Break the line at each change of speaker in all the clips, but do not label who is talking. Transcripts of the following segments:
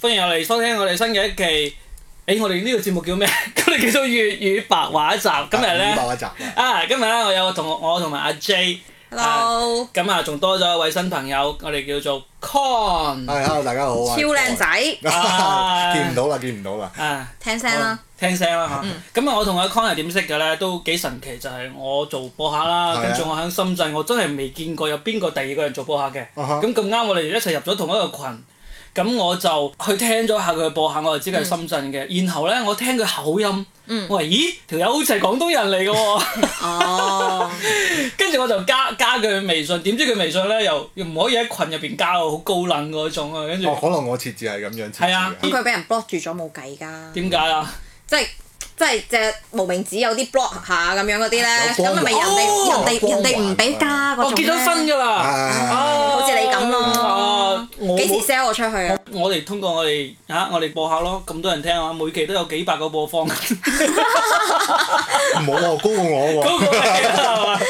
歡迎我哋收聽我哋新嘅一期。誒，我哋呢個節目叫咩？ 咁你叫做粵語白話集。今日
五
咧
百一集啊
啊，今日咧我有個同學我同埋阿 J，
Hello，
咁啊仲多咗一位新朋友，我哋叫做 Con
係，hello 大家好啊！
超靚仔，
啊
見唔到啦，見 唔到啦。
啊。
聽聲啦，
聽聲啦嚇。咁啊，我同阿 Con 係點識嘅咧？都幾神奇，就係我做播客啦，
係啊
跟住我喺深圳，我真係未見過有邊個第二個人做播客嘅。
啊哈
咁咁啱，我哋一齊入咗同一個群。咁我就去聽咗下佢嘅播客，我就知佢係深圳嘅。然後咧，我聽佢口音，我話咦條友好似係廣東人嚟嘅喎。
哦，
跟住我就加加佢微信，點知佢微信咧又又唔可以喺群入邊加喎，好高冷嗰種啊。跟住
哦，可能我設置係咁樣設置
係啊
咁
嘅。
佢俾人 block 住咗冇計㗎，
點解啊？
即係即係隻無名指有啲 block 下咁樣嗰啲咧，
有
咁
光環
咪人
哦
哋人哋人哋唔俾加
我
嗰種
哦結咗婚
咧，
㗎啦，
啊
啊
好似你咁
啊
咯，
我
幾時 sell 我出去啊？
我哋通過我哋嚇、啊我哋播客咯，咁多人聽啊，每期都有幾百個播 放，
唔好喎，高過我
嗰
喎。
個係啊係嘛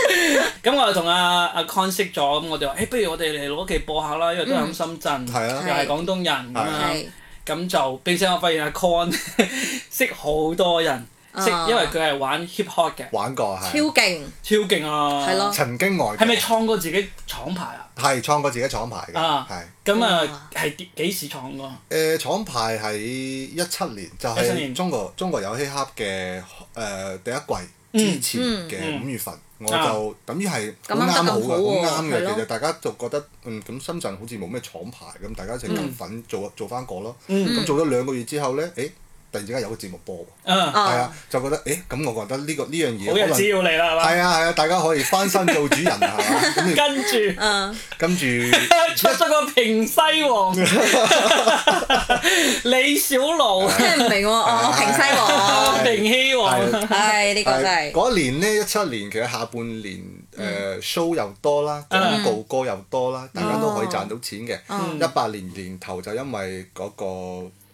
咁我就同阿阿 Con 識咗，咁我哋話：，誒、不如我哋嚟攞期播客啦，因為都喺深圳，
係啊
又係廣東人咁樣，
嗯係啊
咁就並且我發現阿 Con 識好多人，識
啊
因為佢係玩 hip hop 嘅，
玩過
超
係。
勁，
超勁啊！
係咯
曾經外國。
係咪創過自己廠牌啊？
係創過自己廠牌嘅？
啊
係。
咁啊
哇，
係幾幾時創啊過？
誒呃廠牌喺一七年，就
17
係
年
中國中國有嘻哈嘅誒第一季之前嘅
嗯
五月份，我
啊
就等於係好
咁啱
啱
得
好
咁好
嘅，
喎
好啱
係
嘅。
咯
其實大家就覺得嗯咁深圳好似冇咩廠牌咁，大家一齊
嗯
夾粉做做翻個咯。
嗯
咁做咗兩個月之後呢，誒突然之間有個節目播喎。
嗯，好
係
啊
啊，，就覺得誒，咁我覺得呢個呢樣嘢可
日
能
子要嚟啦，係嘛？
係啊係啊，大家可以翻身做主人 係嘛？咁你
跟住。
嗯，
跟住
出咗個平西 王，李小璐、
聽唔明喎，哦，平西
啊
喎，
平希王，
係啊
唉，呢個真
係
係，嗯
嗰一年呢，一七年其實下半年誒 show 又多啦，廣告歌又多啦，大家都可以賺到錢嘅。
嗯
一八年年頭就因為嗰個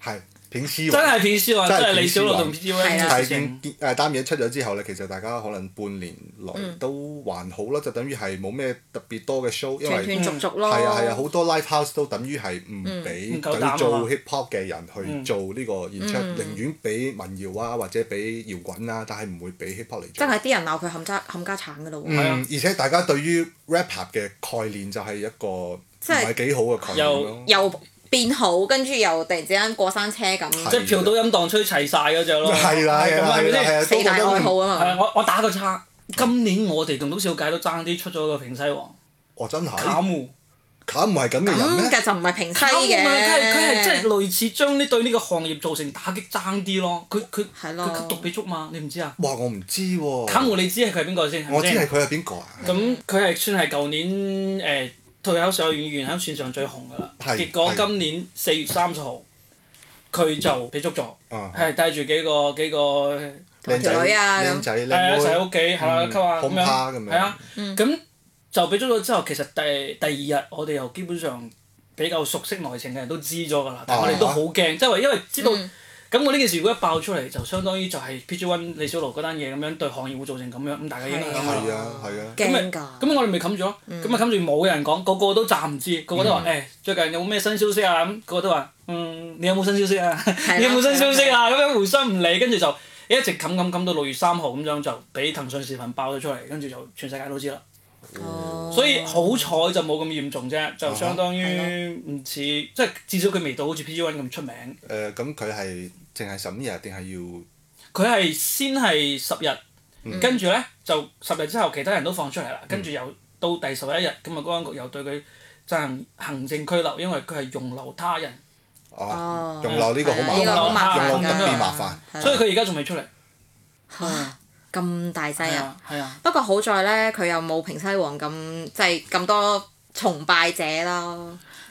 係片師
真係平西王，真
真係
係李小璐
片
同 P
師
U
係啦
係
N
見見誒單嘢出咗之後咧，其實大家可能半年來都還好啦，就等於係冇咩特別多嘅 show，因
斷
為
斷續續咯，
係啊係啊，好多 live house 都等於係
嗯
唔俾
唔夠
等
膽啊嗯
於做 hip hop 嘅人去做呢個演出，
嗯
寧願俾民謠啊或者俾搖滾啊，但係唔會俾 hip hop 嚟做。
真係啲人鬧佢冚家冚家產㗎咯喎，
嗯，而且大家對於 rapper 嘅概念就係一個唔
即係
係幾好嘅概念咯。
又變好，跟住又突然之間過山車咁。
即係嫖到音蕩吹齊晒嗰只咯，
係啦係
咁
啦
係咪
係啦係
先？
啊，都
四
覺
大愛好
得
啊
係啊
嘛，
我我打個叉，今年我哋棟篤小姐都爭啲出咗個平西王，
我真
卡
係
姆，
卡唔係咁嘅人
咁
咩？
嘅就唔係平西
卡姆
嘅，嗯
咪啊佢係佢係真係類似將呢對呢個行業造成打擊爭啲咯，佢佢
係咯
佢吸毒俾捉嘛，你唔知啊？
哇！我唔知喎。
卡姆你知係佢係邊個先？係咪
我知
先
係佢係邊個啊？
咁佢係算係舊年誒、呃退休上演員喺線上最紅㗎啦。
係
結果
係
今年四月三十號，佢就被捉咗，
啊
係帶住幾個幾個
靚仔
條女啊咁
靚仔靚
係一齊喺
妹
屋企係啦，
嗯
溝下
恐怕
咁
咁
樣，
樣
係啊，咁就被捉咗之後，其實第第二日我哋又基本上比較熟悉內情嘅人都知咗㗎啦，但係我哋都
啊
好驚，即係話因為知道。
嗯
咁我呢件事如果一爆出嚟，就相當於就係 PG One 李小璐嗰單嘢咁樣對行業會造成咁樣咁大家影響
係啊
啦。
係啊係啊。
咁咪
驚㗎。嗯
咁我哋咪冚住咯，咁咪冚住冇人講，個個都暫唔知，個個都話誒、最近有冇咩新消息啊？咁個個都話嗯你有冇新消息啊？
啦
你有冇新消息啊？咁樣互相唔理，跟住就一直冚冚冚到六月三號咁樣就俾騰訊視頻爆咗出嚟，跟住就全世界都知啦。
哦啊
所以好彩就冇咁嚴重啫，就相當於唔似即係至少佢未到好似 PG One 咁出名。
誒咁佢係淨係審日定係要？
佢係先係十
嗯
日，跟住咧就十日之後，其他人都放出嚟啦。跟住又到第十一日，咁啊公安局又對佢進行行政拘留，因為佢係容留他人，
哦
哦，
容留呢個
係啊呢個
好
好麻
麻
煩
煩，容留
㗎
特別麻煩。
係啊
所以佢而家仲未出嚟。
嚇咁大劑
係
啊！，
係啊，
不過好在咧，佢又冇平西王咁即係咁多崇拜者啦。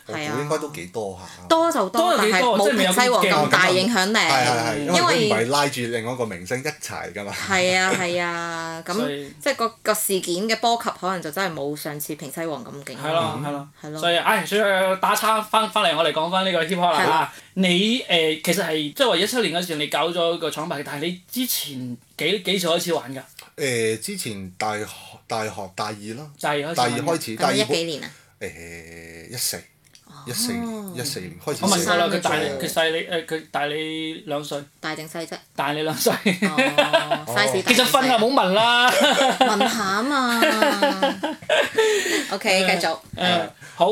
我估
係啊，
應該都幾多下。
多就
多
多，
就
但
幾
係
多
冇
即係未有嗯
平西王
咁勁
咁大影響
係係
力。
係，因
嗯因為
為佢唔係拉住另外一個明星一齊㗎嘛。
係啊係啊，咁
所以
即係個個事件嘅波及，可能就真係冇上次平西王咁勁。
係咯，係咯。
係咯
所以，唉，所以呃打叉翻翻嚟，我哋講翻呢個 hip hop 啦
係啦
啊你誒、呃其實係即係話一七年嗰時你搞咗個廠牌，但係你之前幾幾時開始玩㗎？
誒，之前大學大學大二啦，
大二開始玩
大二開始，
係
大
咪
二
一幾年啊？
誒一四，一四
哦
年一四年開始
我問
寫啊
過啦，
生
佢大你
咗
佢細你誒佢大你兩歲，
大定細啫？
大你兩歲，
哦 size 大
結咗婚啦，啊
定細
冇問啦。
問下 啊嘛。OK，繼
嗯
續。
誒好，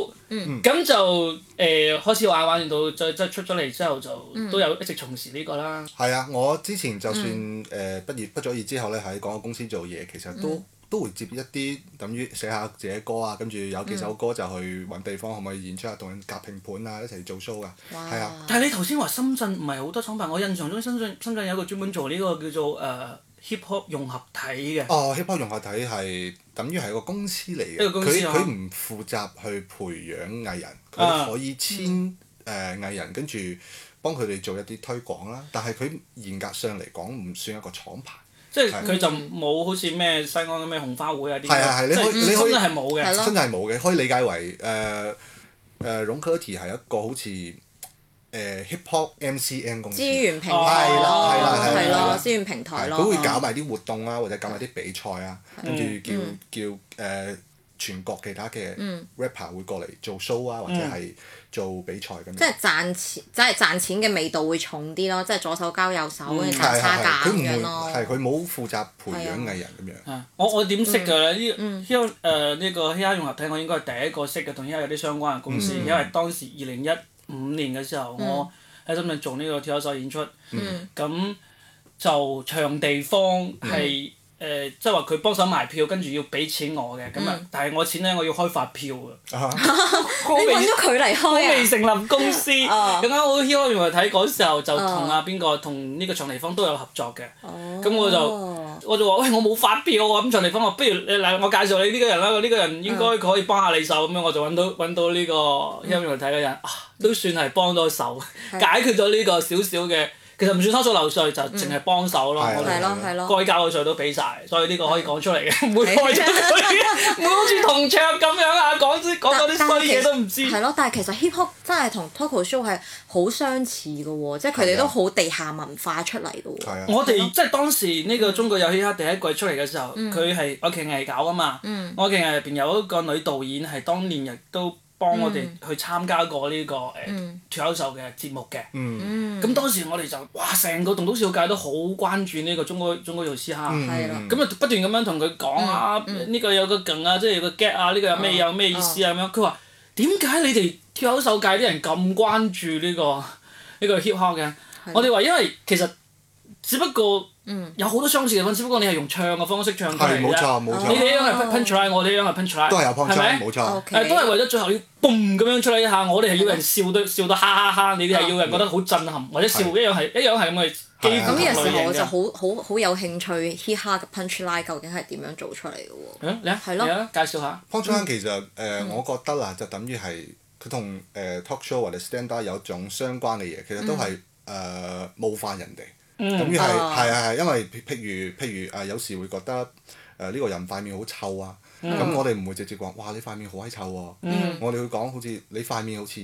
咁就誒開始玩玩到再再出咗嚟之後，就都有一直從事呢個啦。
係啊，我之前就算
嗯
誒畢業畢咗業之後咧，喺廣告公司做嘢，其實
嗯
都都會接一啲等於寫下自己歌啊，跟住有幾
嗯
首歌就去揾地方可唔可以演出啊，同人夾拼盤啊，一齊做 show 噶，
哇
係啊，
但係你頭先話深圳唔係好多廠辦，我印象中深圳深圳有一個專門做呢個叫做誒 hip hop 融合體嘅。
哦，hip hop 融合體係等於係個公司嚟
一個
嘅，
公司
佢
啊
佢唔負責去培養藝人，
啊
佢可以簽誒藝人，跟住幫佢哋做一啲推廣啦。但係佢嚴格上嚟講，唔算一個廠牌。
即係佢就冇好似咩西安咁咩紅花會啊啲，
係啊係你
即
可
係深
以你可以
圳係冇
係
嘅。
咯
真係冇嘅，可以理解為誒誒 r o n c u r t y 係一個好似誒、呃 hip hop MCN 公司，
資源平台
係
啦係
咯
啦，
係
係啦
咯，資源平台
係
咯。嗯
佢會搞埋啲活動啊，或者搞埋啲比賽啊，跟住叫叫
嗯
誒、呃全國其他嘅 rapper 會過嚟做 show 啊，或者
嗯
係做比賽咁
即
樣。
係賺錢，即係賺錢嘅味道會重啲咯，即係左手交右
嗯
手，跟住差
係係係，
價
佢
咁
唔
樣
會
咯。
係佢冇負責培
係啊
養藝人 咁樣。
啊我我點識㗎咧？呢呢個誒呢個嘻哈融合體，我應該係第一個識嘅，同嘻哈有啲相關嘅公司。因為當時二零一五年嘅時候，我喺深圳做呢個脱口秀演出，咁就場地方係誒，即係話佢幫手賣票，跟住要俾錢我嘅。咁啊，但係我錢咧，我要開發票嘅。
啊
我
你
未
揾咗佢嚟
我未
開啊？
成立公司，
哦
咁啱我 h e r 原來睇嗰時候就同啊邊個同呢個場地方都有合作嘅，咁我
哦
就我就話喂我冇發票喎，咁場地方話不如你嗱我介紹你呢個人啦，呢個人應該佢可以幫下你手，咁樣我就揾到揾到呢個 h e r 原來睇嘅人，啊都算係幫到手，
嗯係嗯
解決咗呢個少少嘅，其實唔算偷稅漏稅，就淨係幫手咯，
係
我
係
哋
咯係咯，
該交嘅稅都俾晒，所以呢個可以講出嚟嘅，唔會開咗佢，唔會好似同桌咁樣啊講啲講嗰啲衰嘢都唔知。
係咯，但係其實 hip hop 真係同 talk show 係好相似嘅喎，即係佢哋都好地下文化出嚟嘅喎。
啊係啊，嗯
我哋即係當時呢個中國有嘻哈第一季出嚟嘅時候，佢係愛奇藝搞啊嘛。愛奇藝入邊有一個女導演係當年亦都幫我
嗯
哋去參加過呢個誒脱口秀嘅節目嘅。
嗯
咁當時我哋就哇，成個棟篤笑界都好關注呢個中國中國有嘻哈。
嗯
係啦
咁啊不斷咁樣同佢講啊，
嗯
呢個有個梗啊，即係有個 get 啊，呢個有咩有咩意思啊咁樣。佢話點解你哋脱口秀界啲人咁關注呢個 呢個 hip hop 嘅？我哋話因為其實只不過
嗯
有好多相似嘅地方，只不過你係用唱嘅方式唱出嚟
係冇
啫
錯冇
你哋
錯，
一樣係 punchline，我哋一樣係 punchline，
都係有 p o
係咪？
冇錯
OK
誒都係為咗最後要 boom 咁樣出嚟一下，我哋係要人笑
嗯
到笑到哈哈哈，你哋係要人覺得好震撼，或者笑一
係
樣係一樣係咁嘅基
咁
本
呢
類
個時候
型
我就
嘅。
好好好有興趣 hip hop 嘅 punch line 究竟係點樣做出嚟嘅喎？
誒你啊，
係
你
咯
啊，介紹下。
Punch
嗯
Line 其實誒、呃我覺得啦，就等於係佢同誒 talk show 或者 stand up 有種相關嘅嘢，其實都係誒、呃冒犯人哋，等於係
嗯啊
係啊係，因為譬譬如譬如誒、呃有時會覺得誒呃呢、個人塊面好臭啊，咁、
嗯
我哋唔會直接講哇你塊面好閪臭喎、我哋會講好似你塊面好似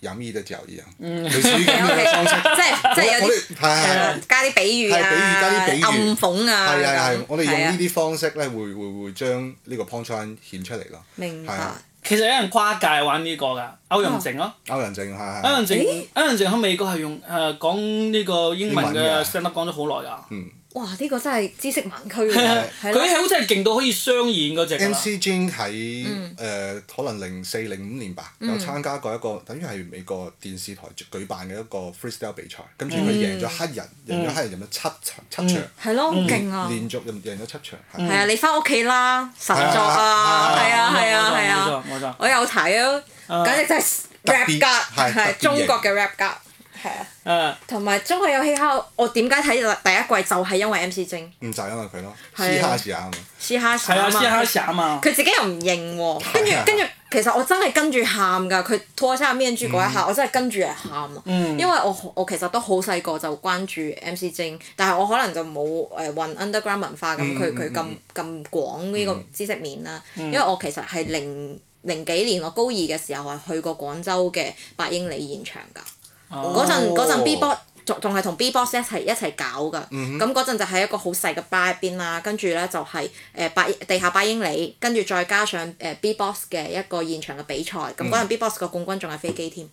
飲意嘅嚼一樣，類似於 咁嗯樣嘅方式。
即係即嗯係有
我
啲
哋係係係。
誒加啲比喻啊，
係比喻加啲比喻
暗諷啊，
係啊係
咁，
我哋用
係啊
呢啲方式咧，會會會將呢個 punch line 顯出嚟咯。
明白
係啊
其實有人跨界玩呢個㗎，歐陽靖咯，
歐人正係係。
歐陽靖
咦，
歐陽靖喺美國係用誒講呢個英文
英文
嘅
嘅
stand up 講咗好耐㗎。
嗯
哇！呢、個真係知識盲區
佢
喎，係咯，
係好似係勁到可以商演嗰只㗎
M
啦。
C Jin 喺
嗯
誒可能零四零五年吧，有參加過一個等於係美國電視台舉辦嘅一個 freestyle 比賽，跟住
嗯
佢贏咗黑人，贏咗黑人贏咗七場七場，
係咯，好勁啊！
連續贏贏咗七場，係
係啊，你翻屋企啦，神作啊，係
係
啊，係啊，係
冇錯
啊，
冇錯冇錯。
我有睇啊，簡直就係 rap
別
格，
係
係
特別
中
型
國嘅 rap 格，係啊，
誒
同埋中國有嘻哈，我點解睇第一季就係因為 MC 精
唔就係因為佢咯，
係啊
試下試下啊嘛，
嘻哈
係啊，
啊
試下
嘛，
試啊嘛。
佢自己又唔認喎，跟住跟住，其實我真係跟住喊㗎，佢拖下面珠嗰一下，我真係跟住嚟喊啊！因為我我其實都好細個就關注 MC 精，但係我可能就冇誒混 underground 文化咁，佢佢咁咁廣呢個知識面啦。因為我其實係零零幾年我高二嘅時候係去過廣州嘅八英里現場㗎，
哦
嗰陣嗰陣
哦
B-box 仲仲係同 B-box 一齊一齊搞㗎。咁嗰陣就喺一個好細嘅吧入邊啦，跟住咧就係誒八地下八英里，跟住再加上誒 B-box 嘅一個現場嘅比賽。咁嗰陣 B-box 個冠軍仲係飛機添。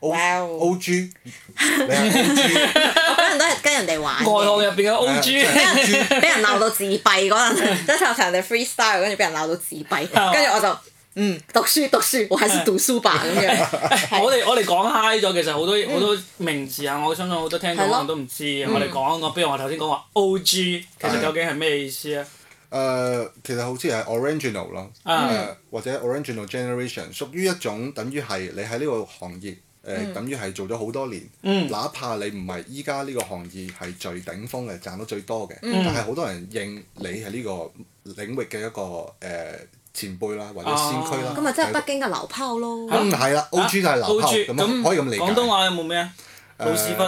O
哇
O G，你係 O G，
我嗰陣都係跟人哋玩嘅。
外行入邊嘅 O.G.
俾人鬧到自閉嗰陣，即係我同人哋 freestyle，跟住俾人鬧到自閉，跟住我就嗯讀書讀書，我還是讀書吧咁樣。
我哋我哋講 high 咗，其實好多
嗯
好多名詞啊，我相信好多聽眾可能都唔知嘅。我哋講過，比如我頭先講話 O.G. 其實究竟係咩意思啊？
誒，呃其實好似係 original 咯，誒或者 original generation，屬於一種等於係你喺呢個行業
嗯
誒，等於係做咗好多年，哪怕你唔係依家呢個行業係最頂峰嘅，賺到最多嘅，
嗯
但係好多人認你係呢個領域嘅一個誒前輩啦，
哦
或者先驅啦。
咁咪即係北京嘅流泡咯。
咁係
啊
啦，O G 就係流拋
O.G.
咁啊可以咁理解。
廣東話有冇咩啊？老屎忽。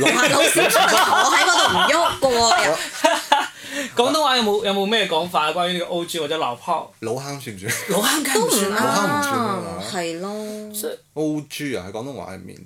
老
哇老師我喺嗰度唔喐嘅喎，又
廣東話有冇有冇咩講法啊關於呢個 O.G. 或者流泡？
老坑算唔算
老坑梗
都唔
老坑唔算啊
啱，係咯。
？O G 啊，喺廣東話入面，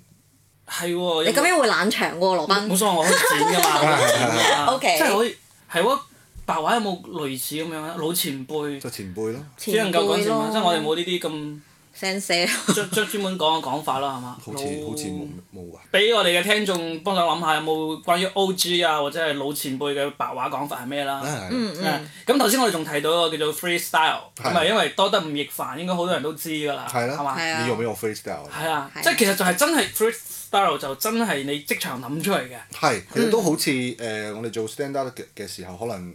係喎。
你咁樣會冷場喎，羅
冇
賓。
所謂，我可以剪㗎嘛我可以剪㗎嘛。
OK
即係可以係喎，白話有冇類似咁樣啊？老前輩
就前輩咯，
只能夠講前輩，即係我哋
冇
冇呢啲咁
聲寫。
專專專門講嘅講法啦，係嘛？
好似
老
好似冇冇啊。
俾我哋嘅聽眾幫手諗下，有冇關於 O.G. 啊，或者係老前輩嘅白話講法係咩啦？
啊
嗯嗯。
咁頭先我哋仲提到一個叫做 freestyle，咁
係
啊，因為多得吳亦凡，應該好多人都知㗎啦，
係啦
係嘛？
係啊
你用唔用 freestyle？
係啊，
係
即係其實就係真係 freestyle 就真係你即場諗出嚟嘅，
係，其實都好似誒、呃我哋做 stand up 嘅嘅時候，可能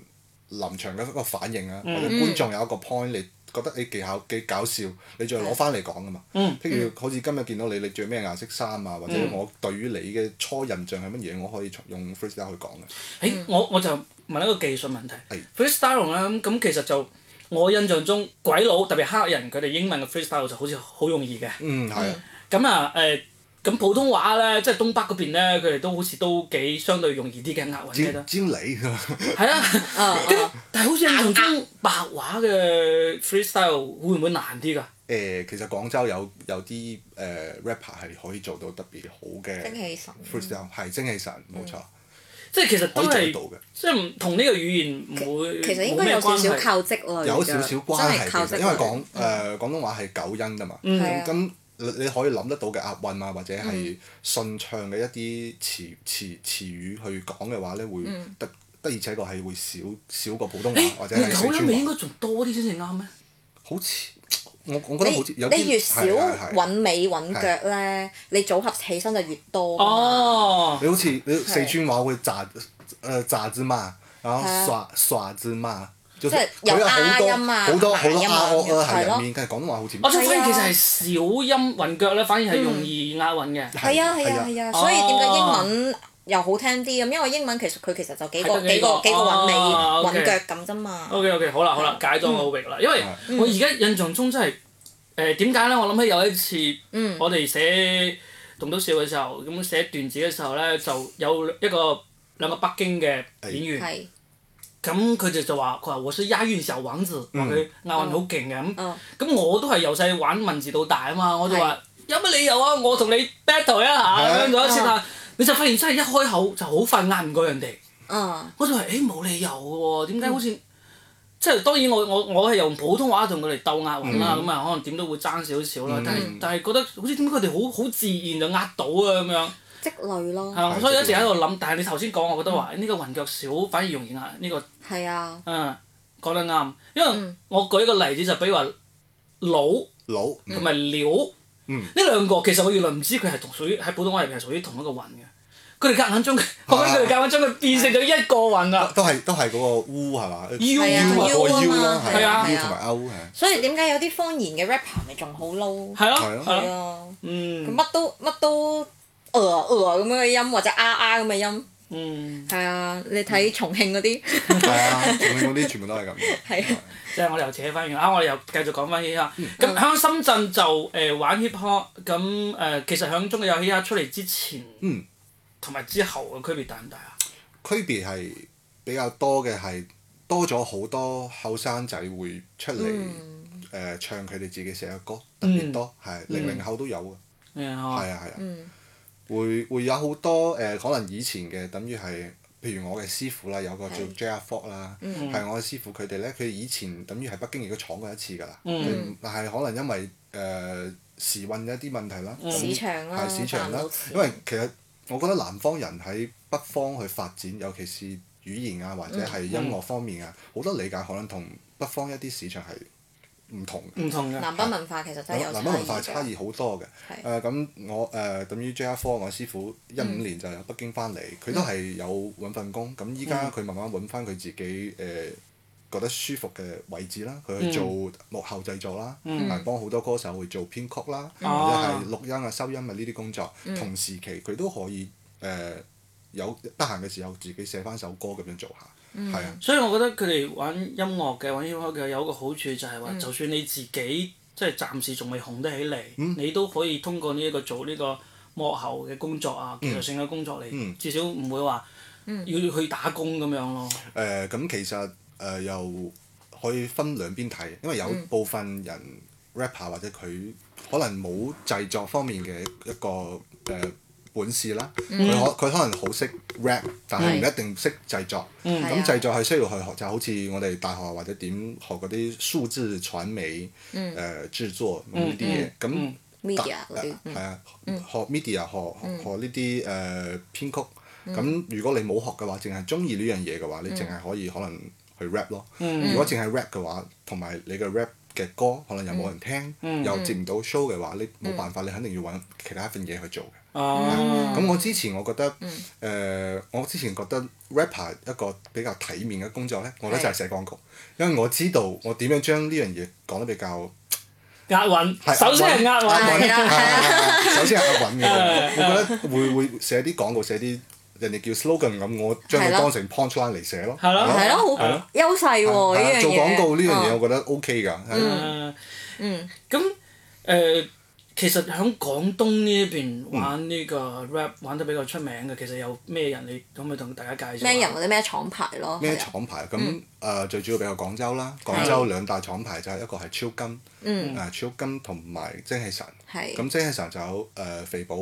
臨場嘅一個反應啊，
嗯
或者觀眾有一個 point，你覺得你技巧幾搞笑，你再攞翻嚟講噶嘛。
嗯
譬如好似今日見到你，你着咩顏色衫啊，或者我對於你嘅初印象係乜嘢，我可以從用 freestyle 去講嘅。
誒、我我就問一個技術問題
嗯係
，freestyle 啦，咁咁其實就我印象中鬼佬特別黑人佢哋英文嘅 freestyle 就好似好容易嘅，
嗯，係啊，
咁啊誒，咁、普通話咧，即係東北嗰邊咧，佢哋都好似都幾相對容易啲嘅押韻嘅
尖
啫，
尖你啊
係啦，
嗯
咁但係好似印象中白話嘅 freestyle 會唔會難啲㗎？
誒，其實廣州有有啲誒、呃 rapper 係可以做到特別好嘅
蒸氣神
freestyle，係精氣神，冇錯，
即係其嗯實都
可
係
以做到嘅。
即係唔同呢個語言唔會
其實應
冇
該
咩
有少
關
少
係
靠積累㗎。
有少少關
真
係
係
其
靠
實，
積
因為
累。
廣誒廣東話係九音㗎嘛，
係
咁
啊嗯
咁你你可以諗得到嘅押韻啊，或者係順暢嘅一啲詞詞詞語去講嘅話咧，會
嗯
得得而且確係會少少過普通話哦或者係
誒，
四
九音咪應
川話，
該仲多啲先至啱咩？
好似我我覺得好似有
你
啲
你越少
係係係
揾尾揾腳咧，你組合起身就越多㗎嘛。
哦，
你好似你四川話會咋誒咋子嘛，然後
係啊
耍耍子嘛，就
即係有
佢有好
啊音
多
啊
好多好多
啊音啊
啊哦啊
係
係
咯
入面，但係廣東話好似
我就
係
發現
啊
其實哦係小音韻腳咧，反而係容易押韻嘅。
係啊係啊係啊，所以點解英文又好聽啲咁？因為英文其實佢其實就幾個
係得幾
幾
個
個幾個韻尾
哦，OK
韻腳咁啫嘛。
O K O K，好啦好
嗯
啦，解咗我域啦，因為我而家印象中真係誒點解咧？我諗起有一次，
嗯
我哋寫呃棟篤笑嘅時候，咁寫段子嘅時候咧，就有一個兩個北京嘅演員，
係，
咁佢哋就話佢話我是押韻小王子，話佢押韻好勁嘅咁。
嗯，
咁我都係由細玩文字到大啊嘛，我就話
係
有乜理由啊？我同你 battle 一下
係
咁
啊
樣先啊！你就發現真係一開口就好快壓唔過人哋，
嗯，
我就話誒冇理由嘅喎，
嗯
點解好似、即係當然我我我係用普通話同佢哋鬥押韻
嗯
啦，咁啊、可能點都會爭少少啦，但係但係覺得好似點解佢哋好好自然就壓到啊咁樣，
積累咯
係，啊，
哦係嗯
所以一直喺度諗。但係你頭先講，我覺得話呢個雲腳少反而容易壓呢、個。
係啊，
嗯，講得啱，因為
嗯
我舉一個例子就比如話老
老唔
同埋料，
嗯
呢兩個其實我原來唔知佢係同屬於喺普通話入邊係屬於同一個韻嘅，佢哋夾硬將佢，
啊
我覺得佢哋夾硬將佢變成咗一個啊韻啦。
都係都係嗰個 U 係嘛
，U
係
啊
啊
啊，
嗰個 U 咯，
啊嘛
係
係
啊
啊
U 同埋 O 係啊。
所以點解有啲方言嘅 rapper 咪仲好撈？
係咯，
係咯
係
係
咯，
啊，佢
嗯
乜都乜都呃呃咁樣嘅音，或者啊啊咁嘅音。
嗯，
係啊，你睇重慶嗰啲
係啊，重慶嗰啲全部都係咁。
係啊，
即係我哋又扯翻完啊，我哋又繼續講翻 hip hop。咁
嗯
喺深圳就誒玩 hip hop，咁誒其實喺中國有 hip hop 出嚟之前
嗯，
同埋之後嘅區別大唔大啊？
區別係比較多嘅係多咗好多後生仔會出嚟誒、呃唱佢哋自己寫嘅歌，特別多係零零後都有
誒
嘅，啊係
係
嗯
啊係啊。會會有好多誒、呃可能以前嘅，等於係譬如我嘅師傅啦，有個叫
係嗯
J.R. Ford 啦，係我嘅師傅，佢哋咧，佢以前等於係北京亦都闖過一次㗎啦，
嗯
佢但係可能因為誒、呃、時運一啲問題
嗯
啦，咁
市場啦
係市場啦
辦到錢，
因為其實我覺得南方人喺北方去發展，尤其是語言啊或者係
嗯
音樂方面啊，好多理解可能同北方一啲市場係唔同嘅。
唔同嘅。
南北文化其實真係有
南北文化
嘅
差異好多嘅。誒
係
咁、我誒、等於 J.R. 科我師傅一五年就由北京翻嚟，佢
嗯
都係有揾份工。咁依家佢慢慢揾翻佢自己誒、覺得舒服嘅位置啦，
嗯
佢去做幕後製作啦，係幫好多歌手去做編曲啦，
嗯
或者
哦
係錄音啊、收音啊呢啲工作。
嗯
同時期佢都可以誒、有得閒嘅時候自己寫翻首歌咁樣做下，
嗯
係啊、
所以我覺得佢哋玩音樂嘅玩 hip hop 嘅有一個好處就係
嗯
話，就算你自己即係暫時仲未紅得起嚟，
嗯
你都可以通過呢一個做呢個幕後嘅工作啊，技術性嘅工作嚟，
嗯
至少唔會話要去打工咁樣咯。
誒呃咁其實誒、呃又可以分兩邊睇，因為有
嗯
部分人 rapper 或者佢可能冇製作方面嘅一個誒、本事啦，佢、可佢可能好識 rap，但係唔
嗯係
一定識製作。
嗯
係
咁
啊
製作係需要去學習，好似我哋大學或者點學嗰啲數字傳媒
嗯
誒、製作咁呢啲嘢，咁、
media 嗰啲嗯
誒，係啊，學 media 學學呢啲誒編曲。
嗯
咁如果你冇學嘅話，淨係中意呢樣嘢嘅話，你淨係可以可能去 rap 咯。
嗯
嗯
如果淨係 rap 嘅話，同埋你嘅 rap 嘅歌可能又
嗯
冇人聽，又接唔到 show 嘅話，你冇辦法，你肯定要揾其他一份嘢去做嘅。
嗯
啊，
咁我之前我覺得誒、呃我之前覺得 rapper 一個比較體面嘅工作呢，我覺得就係寫廣告，因為我知道我點樣將呢樣嘢講得比較。
押韻，
係
首先係押韻。啊
係啊啦係啦
係首先係押韻嘅，我覺得會會寫啲廣告寫啲人哋叫 slogan 咁，我將佢
係咯
當成 punchline 嚟寫咯。啊
係咯
係咯，
啊係
好
咯
優勢喎呢樣嘢。
做廣告呢樣嘢，
嗯
我覺得 OK 㗎。係啊
誒
嗯
啊咁誒，其實喺廣東呢一邊玩呢個 rap 玩得比較出名嘅，其實有咩人？你可唔可以同大家介紹下？啊
咩人或者咩廠牌咯？
咩
係啊
廠牌咁誒？最主要比較廣州啦，廣州兩大廠牌就係一個係超金，
嗯
誒超金同埋精氣神。
係
咁精氣神就有誒肥寶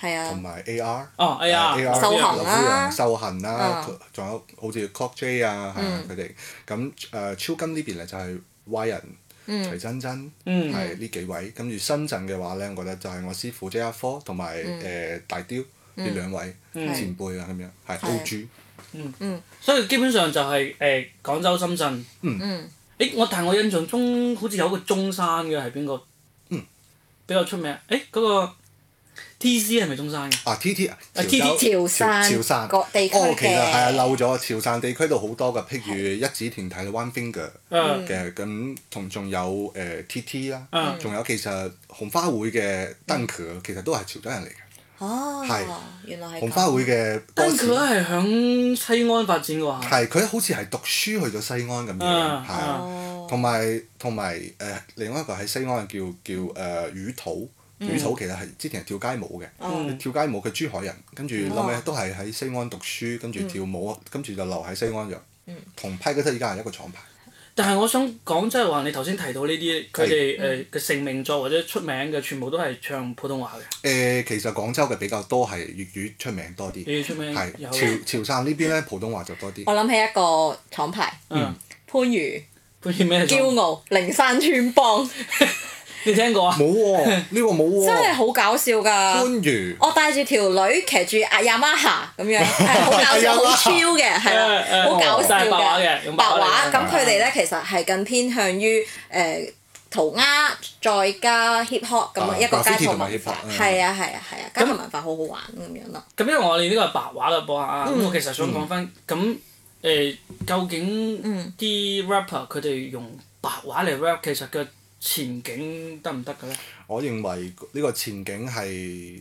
係
同
啊，
埋 AR。
哦，哎呀，
A.R.
秀行
劉
啦
夫人、秀行啦
嗯，
仲有好似 Cock J 啊，係啊佢哋咁誒超金呢邊咧就係 Y 人、徐真真
嗯
係呢幾位，跟住深圳嘅話咧，我覺得就係我師傅 J.R. 科同埋
嗯
誒大雕呢兩位
嗯
前輩啊咁樣，係
係
O.G.
所以基本上就係、誒、廣州、深圳。
嗯
嗯。
誒我但係我印象中好似有個中山嘅係邊個？
嗯。
比較出名。誒嗰、個 T.C 係咪中山嘅？
啊 T.T. 潮
TT
州
潮汕
潮潮
各
汕
地區
哦，其實
嘅
係啊漏咗潮汕地區度好多嘅，譬如一指團體 One Finger。
誒
嘅咁同仲有誒 T.T. 啦
嗯，
仲有其實紅花會嘅燈佢其實都係潮州人嚟嘅，
哦
係，
原來係咁
紅花會嘅歌
登佢
詞
係響西安發展嘅喎。
係佢好似係讀書去咗西安咁樣，
嗯
係啊
哦
同埋同埋誒另外一個喺西安嘅叫叫誒魚肚，魚肚其實係之前係跳街舞嘅。
哦
嗯
跳街舞佢珠海人，跟住後尾都係喺西安讀書，跟住跳舞，跟住就留喺西安咗。同批嗰得而家係一個廠牌。
但係我想講，即係話你頭先提到呢啲，佢哋誒嘅成名作或者出名嘅，全部都係唱普通話嘅。
誒、呃其實廣州嘅比較多係粵語出名多啲，
粵語出名
係
有
潮潮汕呢邊咧普通話就多啲。
我諗起一個廠牌，
嗯，
番禺
潘越咩？
驕傲靈山村幫，
你聽過啊？
冇喎， 呢個冇喎。
真係好啊哦搞笑㗎。
番禺
我帶住條女騎住阿雅馬哈咁樣，係好 搞笑、好超嘅，係啦
誒誒，
好搞笑
但係白話嘅
嘅
用白
白
話嚟
話。
講
咁佢哋咧其實係更偏向於誒塗鴉，再加 hip hop 咁
啊
樣一個街
graffiti
頭
同埋
文
hip
化
hop，嗯，
係啊係啊係啊，街頭文化好好玩咁樣咯。
咁因為我哋呢個係白話嘅播客
嗯
啊，咁、我其實想講翻，咁誒、究竟
嗯
啲 rapper 佢哋用白話嚟 rap，其實嘅前景得唔得嘅咧？
我認為呢個前景係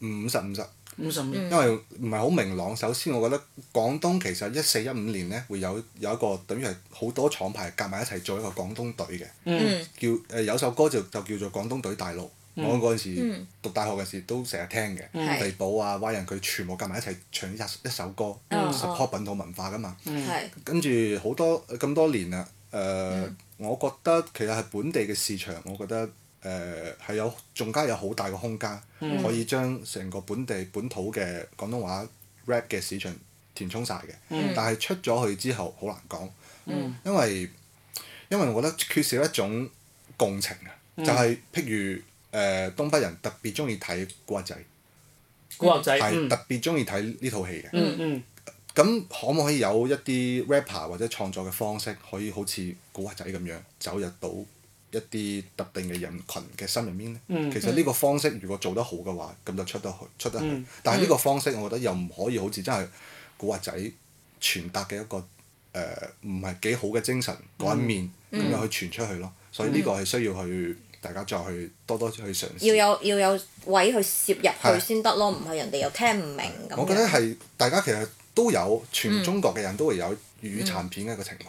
五十五十，
嗯
五十五，
因為唔係好明朗。首先，我覺得廣東其實一四一五年咧會有有一個等於係好多廠牌夾埋一齊做一個廣東隊嘅，
嗯
嗯
叫誒、有首歌就就叫做《廣東隊大陸》。我嗰陣時
嗯
讀大學嘅時都成日聽嘅，
係
地寶啊、Y 人佢全部夾埋一齊唱一一首歌
嗯
，support 本土文化噶嘛。
係
跟住
嗯
好多咁多年啦，誒、我覺得其實係本地嘅市場，我覺得誒係有仲加有好大嘅空間，
嗯
可以將成個本地本土嘅廣東話 rap 嘅市場填充晒嘅。
嗯
但係出咗去之後好難講，因為因為我覺得缺少一種共情啊，
嗯
就係譬如誒東北人特別中意睇古惑仔，
古惑仔，
係
嗯
特別中意睇呢套戲嘅。
嗯嗯
咁可唔可以有一啲 rapper 或者創作嘅方式，可以好似古惑仔咁樣走入到一啲特定嘅人群嘅心入面呢？
嗯
其實呢個方式如果做得好嘅話，咁就出得去，出得去。
嗯
但係呢個方式，我覺得又唔可以好似真係古惑仔傳達嘅一個誒唔係幾好嘅精神嗰一面，
嗯
咁樣去傳出去咯。所以呢個係需要去大家再去多多去嘗試。
要有要有位去攝入
係
去先得咯，唔係人哋又聽唔明咁樣。嗯
我覺得係大家其實都有，全中國嘅人都會有粵語殘片嘅一個情懷，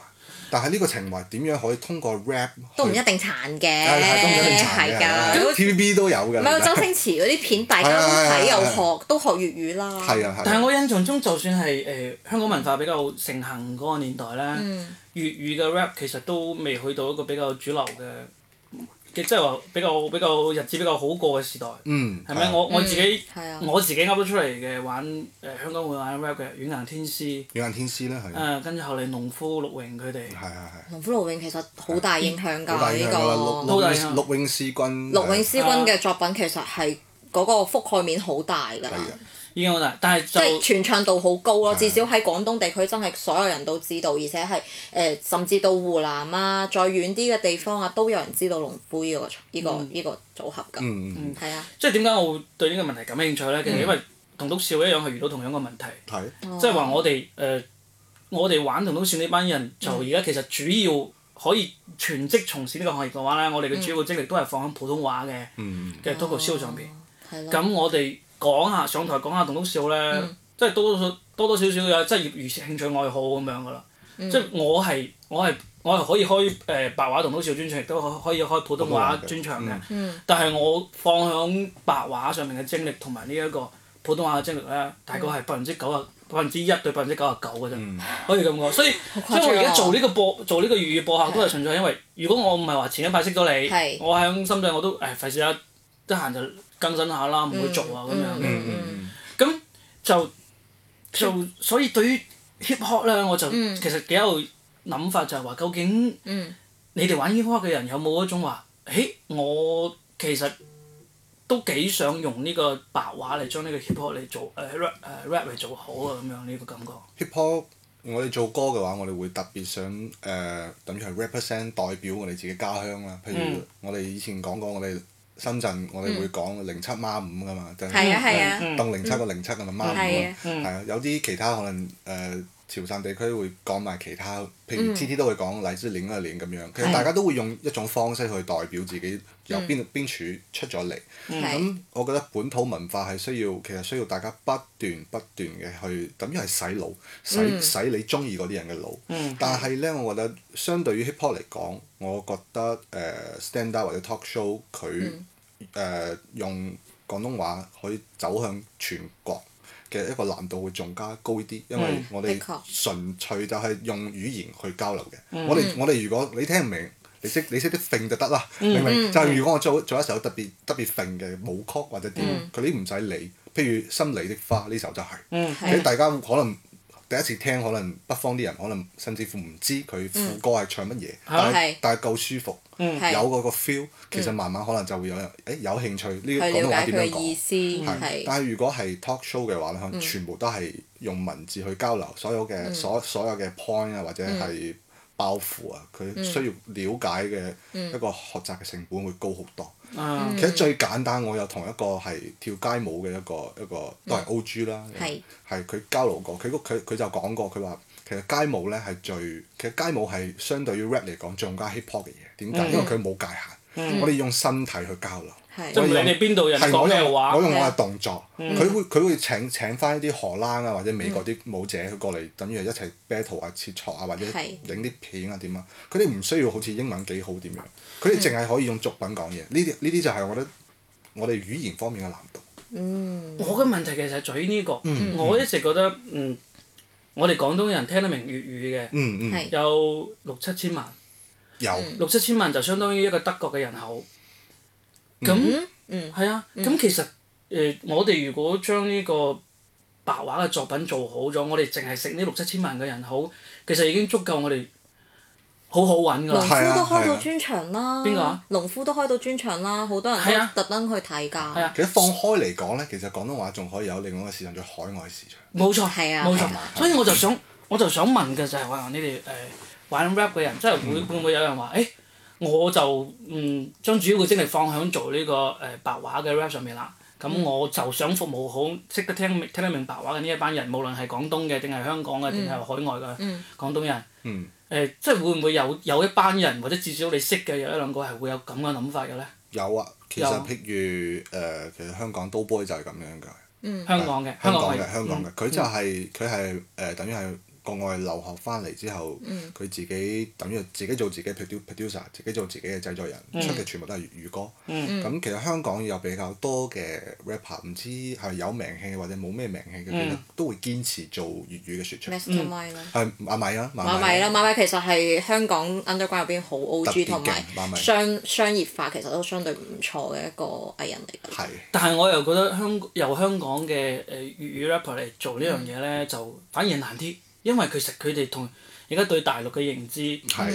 但係呢個情懷點樣可以通過 rap
都唔
去
一定殘
係
嘅，
係都唔一定殘
係
嘅
㗎。
，TVB 都有㗎。
唔係周
係
星馳嗰啲片，大家都睇又學，都學粵語啦。
係啊係
但係
啊，
我印象中，就算係誒、呃香港文化比較盛行嗰個年代咧，
嗯
粵語嘅 rap 其實都未去到一個比較主流嘅，嘅即係話比較比較日子比較好過嘅時代，
嗯，
係咪、
啊
我我自己、
嗯係啊
我自己噏得出嚟嘅玩誒、呃香港會玩 rap 嘅《軟硬天師》
軟硬天師咧
嗯
係，係
誒跟住後嚟農夫陸榮佢哋，
係係，
農夫陸永其實好大影響
好大
㗎
影
呢
響啦！陸
個。
都大
陸
影響
永陸永思君，
陸永思君嘅作品其實係嗰個覆蓋面好大㗎
係
啦，
啊，
已經好大，但係
即
就
係傳唱度好高咯。
係
至少喺廣東地區真係所有人都知道，而且係誒甚至到湖南啊，再遠啲嘅地方啊，都有人知道農夫呢個呢個呢個組合㗎。
嗯嗯
係啊，
即係點解我會對呢個問題感興趣咧？其
嗯
實因為同篤笑一樣係遇到同樣嘅問題。
係
哦
即係話我哋誒、呃我哋玩同通線呢班人，就而家其實主要可以全職從事呢個行業嘅話咧，我哋嘅主要嘅精力都係放喺普通話嘅
嗯
嘅 talk show 上邊。
係嗯咯。
咁、我哋講下上台講下同通笑咧，即係多多少多多少少有即係業餘興趣愛好咁樣噶啦。
嗯
即係我係我係我係可以開誒、呃白話同通笑專場，亦都可可以開普通話專場嘅。嗯
嗯
但係我放響白話上面嘅精力同埋呢一個普通話嘅精力咧，大
嗯
概係百分之九啊百分之一對百分之九啊九嘅啫，可以咁講。所以所
啊
以我而家做呢個播做呢個粵語播客都係純粹因為，如果我唔係話前一排識咗你
係，
我喺深圳我都誒費事啦，得閒就更新下啦，唔會做啊咁樣嘅。
嗯
咁就就所以對於 hip hop 咧，我就
嗯
其實幾有諗法，就係話究竟
嗯
你哋玩 hip hop 嘅人有冇嗰種話，誒我其實都幾想用呢個白話嚟將呢個 hip hop 嚟做誒、rap 誒、rap 嚟做好啊咁樣呢個感覺。
hip hop。我哋做歌嘅話，我哋會特別想誒，等於係 represent 代表我哋自己家鄉啦。譬如
嗯
我哋以前講過，我哋深圳我哋會講零七孖五噶嘛，就係
嗯
呃
係啊係啊。
嗯
當零七個零七咁啊，孖
係啊
五啊，係啊，有啲其他可能誒、呃潮汕地區會講埋其他，譬
嗯
如 T T 都會講荔枝鏈嗰個鏈咁樣，其實大家都會用一種方式去代表自己由
嗯
邊邊處出咗嚟。
係
咁我覺得本土文化係需要，其實需要大家不斷不斷嘅去，等於係洗腦，洗、洗你中意嗰啲人嘅腦。
嗯
但係呢，我覺得相對於 hip hop 嚟講，我覺得誒、呃 stand up 或者 talk show 佢誒、呃用廣東話可以走向全國嘅一個難度會仲加高啲，因為
嗯
我哋
的確嗯
純粹就係用語言去交流嘅。我哋我哋如果你聽唔明。你識你識啲揈就得啦，
嗯
明唔明？就係如果我做做一首特別特別揈嘅舞曲或
嗯
者點，佢啲唔使理。譬如《心裏的花》呢首就係，
嗯係
你大家可能第一次聽，可能北方啲人可能甚至乎唔知佢副歌係唱乜嘢，但係
係
但係夠舒服，有
嗯
係嗯
嗰個 feel，其實慢慢可能就會有人誒有興趣呢個廣
去了
東話
解佢
點樣
嘅
講。
意思
係，
係。
但係如果係 talk show 嘅話咧，可能全部都係用文字去交流，所有嘅所所有嘅 point 啊，或者係包袱啊，佢需要了解嘅一個學習嘅成本會高好多。
啊
其實最簡單，我有同一個係跳街舞嘅一個一個都係 O.G. 啦，
係
係佢交流過，佢佢佢就講過，佢話其實街舞咧係最其實街舞係相對於 rap 嚟講仲加 hip hop 嘅嘢，點解？因為佢冇界限，我哋用身體去交流。
係
即係
我
唔
用
理你邊度人
係我
講咩
用
話嗯
我，用我嘅動作，佢會佢會請請翻一啲荷蘭啊或者美國啲舞者佢過嚟，等於係一齊 battle 啊、切磋啊或者
係
影啲片啊點啊，佢哋唔需要好似英文幾好點樣，佢
嗯
哋淨係可以用作品講嘢，呢啲呢啲就係我覺得我哋語言方面嘅難度。
我嘅問題其實係在於呢、個，
嗯
我一直覺得嗯，我哋廣東人聽得明粵語嘅、
嗯嗯，
係
有六七千萬，
有
嗯
嗯
六七千萬就相當於一個德國嘅人口。咁
嗯
係啊，咁其實誒，我哋如果將呢個白話嘅作品做好咗，我哋淨係食呢六七千萬嘅人口，其實已經足夠我哋好好揾㗎
農
啦。
夫都
係啊
開
係
到
啊
專場啦。
邊個啊？
農夫都開到專場啦，好多人
係啊
都特登去
係
睇㗎。
啊，
其實放開嚟講呢，其實廣東話仲可以有另外一個市場，叫海外市場。
冇錯，
係啊
冇
係
錯
啊。
所以我就想，我就想問嘅就係話你哋誒玩 rap 嘅人，即係
嗯
會會唔會有人話誒？我就嗯將主要嘅精力放喺做呢、個誒、白話嘅 rap 上面啦。咁
嗯
我就想服務好識得聽聽得明白話嘅呢一班人，無論係廣東嘅定係香港
嗯
嘅定係海外嘅廣東人。誒、
嗯
即係會唔會有有一班人，或者至少你識嘅有一兩個係會有咁嘅諗法嘅咧？
有啊，其
有
實譬如誒、呃其實香港刀 boy 就係咁樣㗎。
嗯
香港嘅，
香港
係嗯
嘅香港嘅，佢就係佢係誒，等於係國外留學翻嚟之後，
嗯
佢自己等於自己做自己 produ- producer，自己做自己嘅製作人，
嗯
出嘅全部都係粵語歌。
嗯
咁其實香港有比較多嘅 rapper，唔知係有名氣或者冇咩名氣嘅，
嗯
其實都會堅持做粵語嘅説唱。
Mastermind 啦。
係阿米啊，
馬
馬
米
米
啦，馬米其實係香港 underground 入邊好
特
O.G.
別
同
勁馬
埋
米
商商業化，其實都相對唔錯嘅一個藝人嚟㗎。
係
但係我又覺得香由香港嘅誒呃粵語 rapper 嚟做呢樣嘢
嗯
咧，就反而難啲，因為其實佢哋同而家對大陸嘅認知，即
係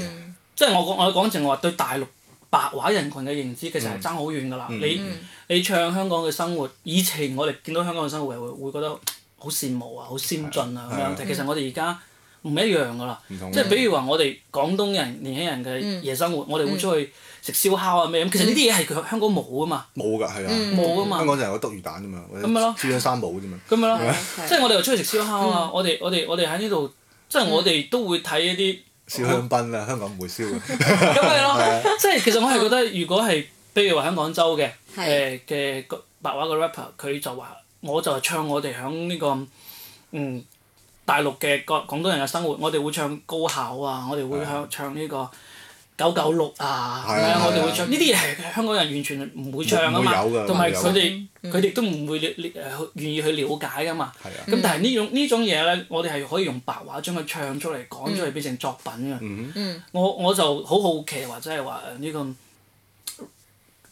係我講我講淨話對大陸白話人群嘅認知，其
嗯
實係爭好遠㗎啦。你你唱香港嘅生活，以前我哋見到香港嘅生活係會會覺得好羨慕啊，好先進啊咁
係嗯
樣
啊，
但其實我哋而家唔一樣㗎啦。
唔同
即係比如話，我哋廣東人年輕人嘅
嗯
夜生活，我哋會出去食燒烤啊咩咁，其實呢啲嘢係佢香港冇啊嘛，
冇㗎，係啊，
冇啊嘛
香。港就係有篤魚蛋啫嘛，或者
咁咪咯
燒咗三寶啫嘛。
咁樣咯
啊
係，嗯
即係我哋又出去食燒烤啊！我哋我哋我哋喺呢度，即係我哋都會睇一啲
燒香檳啊，香港唔 會燒嘅。
咁咪
啊
咯，即係其實我係覺得，如果係譬如話喺廣州嘅誒
係
嘅個白話嘅 rapper，佢就話我就係唱我哋喺呢個嗯大陸嘅廣廣東人嘅生活，我哋會唱高考啊，我哋會唱唱呢個九九六啊，
係
咁
啊
樣
係啊
我哋會唱呢啲嘢係香港人完全唔會唱啊
唔會
嘛
有，㗎
同埋
唔
佢
會有
哋佢哋都唔會了了誒願意去了解噶嘛。
係啊。
嗯
咁但係呢種呢種嘢咧，我哋係可以用白話將佢唱出嚟、講出嚟，變成作品嘅。
嗯
嗯
我我就好好奇，或者係話誒呢個誒、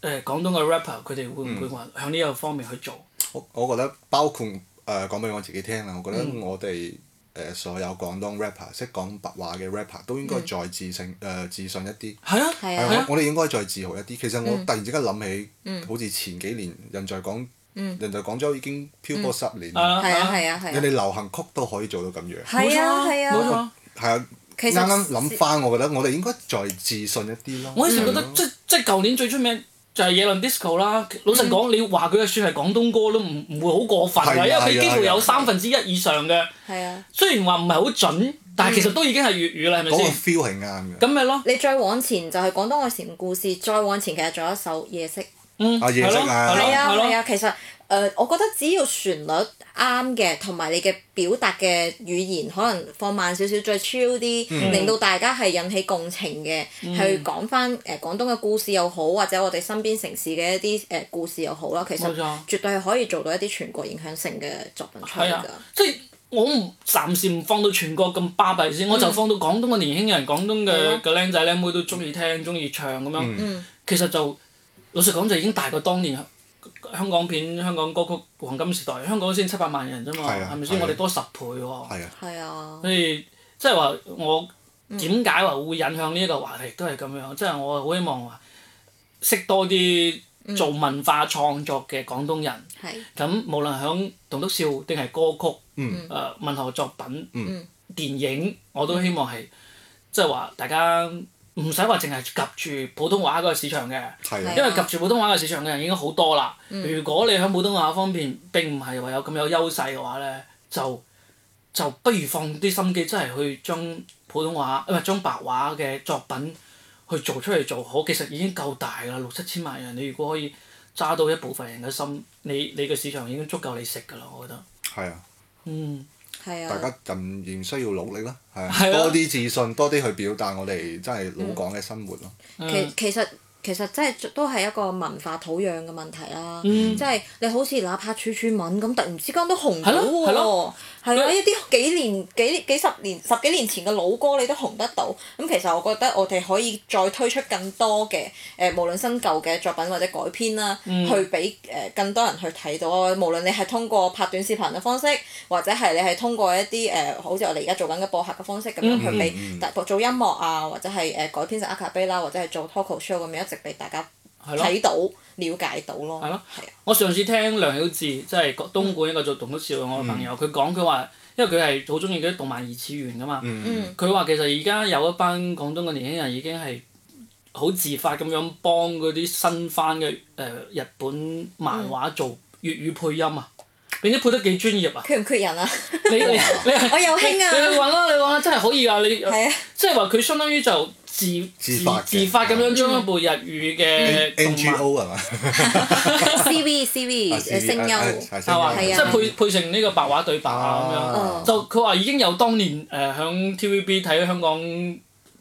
呃、廣東嘅 rapper 佢哋會
嗯
唔會話向呢個方面去做？
我我覺得包括誒、呃、講俾我自己聽啦，我覺得我哋誒、呃所有廣東 rapper 識講白話嘅 rapper 都應該再自信誒、呃自信一啲。
係啊，
係
係
啊
係
我我哋應該再自豪一啲。其實我突然之間諗起，好似前幾年人在廣人在廣州已經漂泊十年，
啊
係啊係啊係
人
啊
哋流行曲都可以做到咁樣。
冇
係
錯
啊係
冇
啊！
錯。
係啊，
其
啱
實
啱諗翻，我覺得我哋應該再自信一啲咯。嗯
我一直覺得即即舊年最出名就係野論 disco 啦。老實
嗯
講，你話佢嘅算係廣東歌都唔唔會好過分㗎，
係啊
因為
係
佢
啊
幾乎
係啊
有三分之一以上嘅，
係啊！
雖然話唔係好準，但係
嗯
其實都已經係粵語啦，係咪
嗰個
先？
feel 係啱
咁
嘅。
咪咯，
你再往前就係廣東愛情故事，再往前其實仲有一首夜色。
嗯，
啊
係咯，
嘢識啊
咯
係啊
係咯
係。啊，其實誒、呃我覺得只要旋律啱嘅，同埋你嘅表達嘅語言可能放慢少少，再 chill 啲，
嗯
令到大家係引起共情嘅，去講翻誒廣東嘅故事又好，或者我哋身邊城市嘅一啲誒、呃故事又好啦，其實
冇錯
絕對係可以做到一啲全國影響性嘅作品出嚟
係啊
㗎。，
即係我唔暫時唔放到全國咁巴閉先，我就放到廣東嘅年輕人、廣東
嗯係啊嗯
嘅嘅僆仔僆妹都中意聽、中意唱咁
嗯
樣。其實就老實講，就已經大過當年香港片、香港歌曲黃金時代，香港先七百萬人啫嘛，
係啊
係咪先？
係啊
我哋多十倍喎。
係啊，
係啊，
所以即係話我
嗯
點解話會引向呢一個話題都係咁樣，即係我好希望話識多啲
嗯
做文化創作嘅廣東人。
係
咁無論響棟篤笑定係歌曲，誒、呃
嗯
文學作品、
嗯
電影，我都希望係即係話大家唔使話淨係及住普通話嗰個市場嘅，
係
因
啊，
為及住普通話嘅市場嘅人已經好多啦。
嗯
如果你響普通話方面並唔係話有咁有優勢嘅話咧，就就不如放啲心機，真係去將普通話唔係將白話嘅作品去做出嚟做好，其實已經夠大㗎啦，六七千萬人，你如果可以揸到一部分人嘅心，你你嘅市場已經足夠你食㗎啦，我覺得。
係啊。
嗯，
係
大
啊。
家仍然需要努力啦，係啊
係啊
多啲自信，多啲去表達我哋真係老港嘅生活咯。
嗯
其其實其實真係都係一個文化土壤嘅問題啦。
嗯
即係你好似哪怕處處敏咁，突然之間都紅
係
到
咯係
喎
咯，
哦係啦，
你
一啲幾年幾幾十年十幾年前嘅老歌你都紅得到。咁其實我覺得我哋可以再推出更多嘅誒、無論新舊嘅作品或者改編啦，
嗯
去俾誒、更多人去睇到啊。無論你係通過拍短視頻嘅方式，或者係你係通過一啲誒、好似我哋而家做緊嘅播客嘅方式咁樣去俾
嗯嗯
大做音樂啊，或者係誒、改編成 a c a p e l l a 或者係做 talk show 咁樣一直俾大家
係咯。
睇到、了解到咯。
係咯
係啊。
我上次聽梁曉智，即係東莞一個做棟篤笑嘅我嘅
嗯
朋友，佢講佢話，因為佢係好中意嗰啲動漫二次元噶嘛，
嗯
佢話其實而家有一班廣東嘅年輕人已經係好自發咁樣幫嗰啲新翻嘅誒日本漫畫做粵語配音啊，並且配得幾專業啊！
缺唔缺 人啊？
你你你
我 有
你你
興啊
去揾啦，你揾啦，真係可以啊！你
係啊，
即係話佢相當於就自
自發嘅
自發咁樣將一部日語嘅動
N
漫
G O 係嘛？啊
CV CV 誒聲呃優，
係
係嘛？
聲
即
係哦
優
啊
係配配成呢個白話對白啊
啊
咁樣，就佢話已經有當年誒響 TVB 睇香港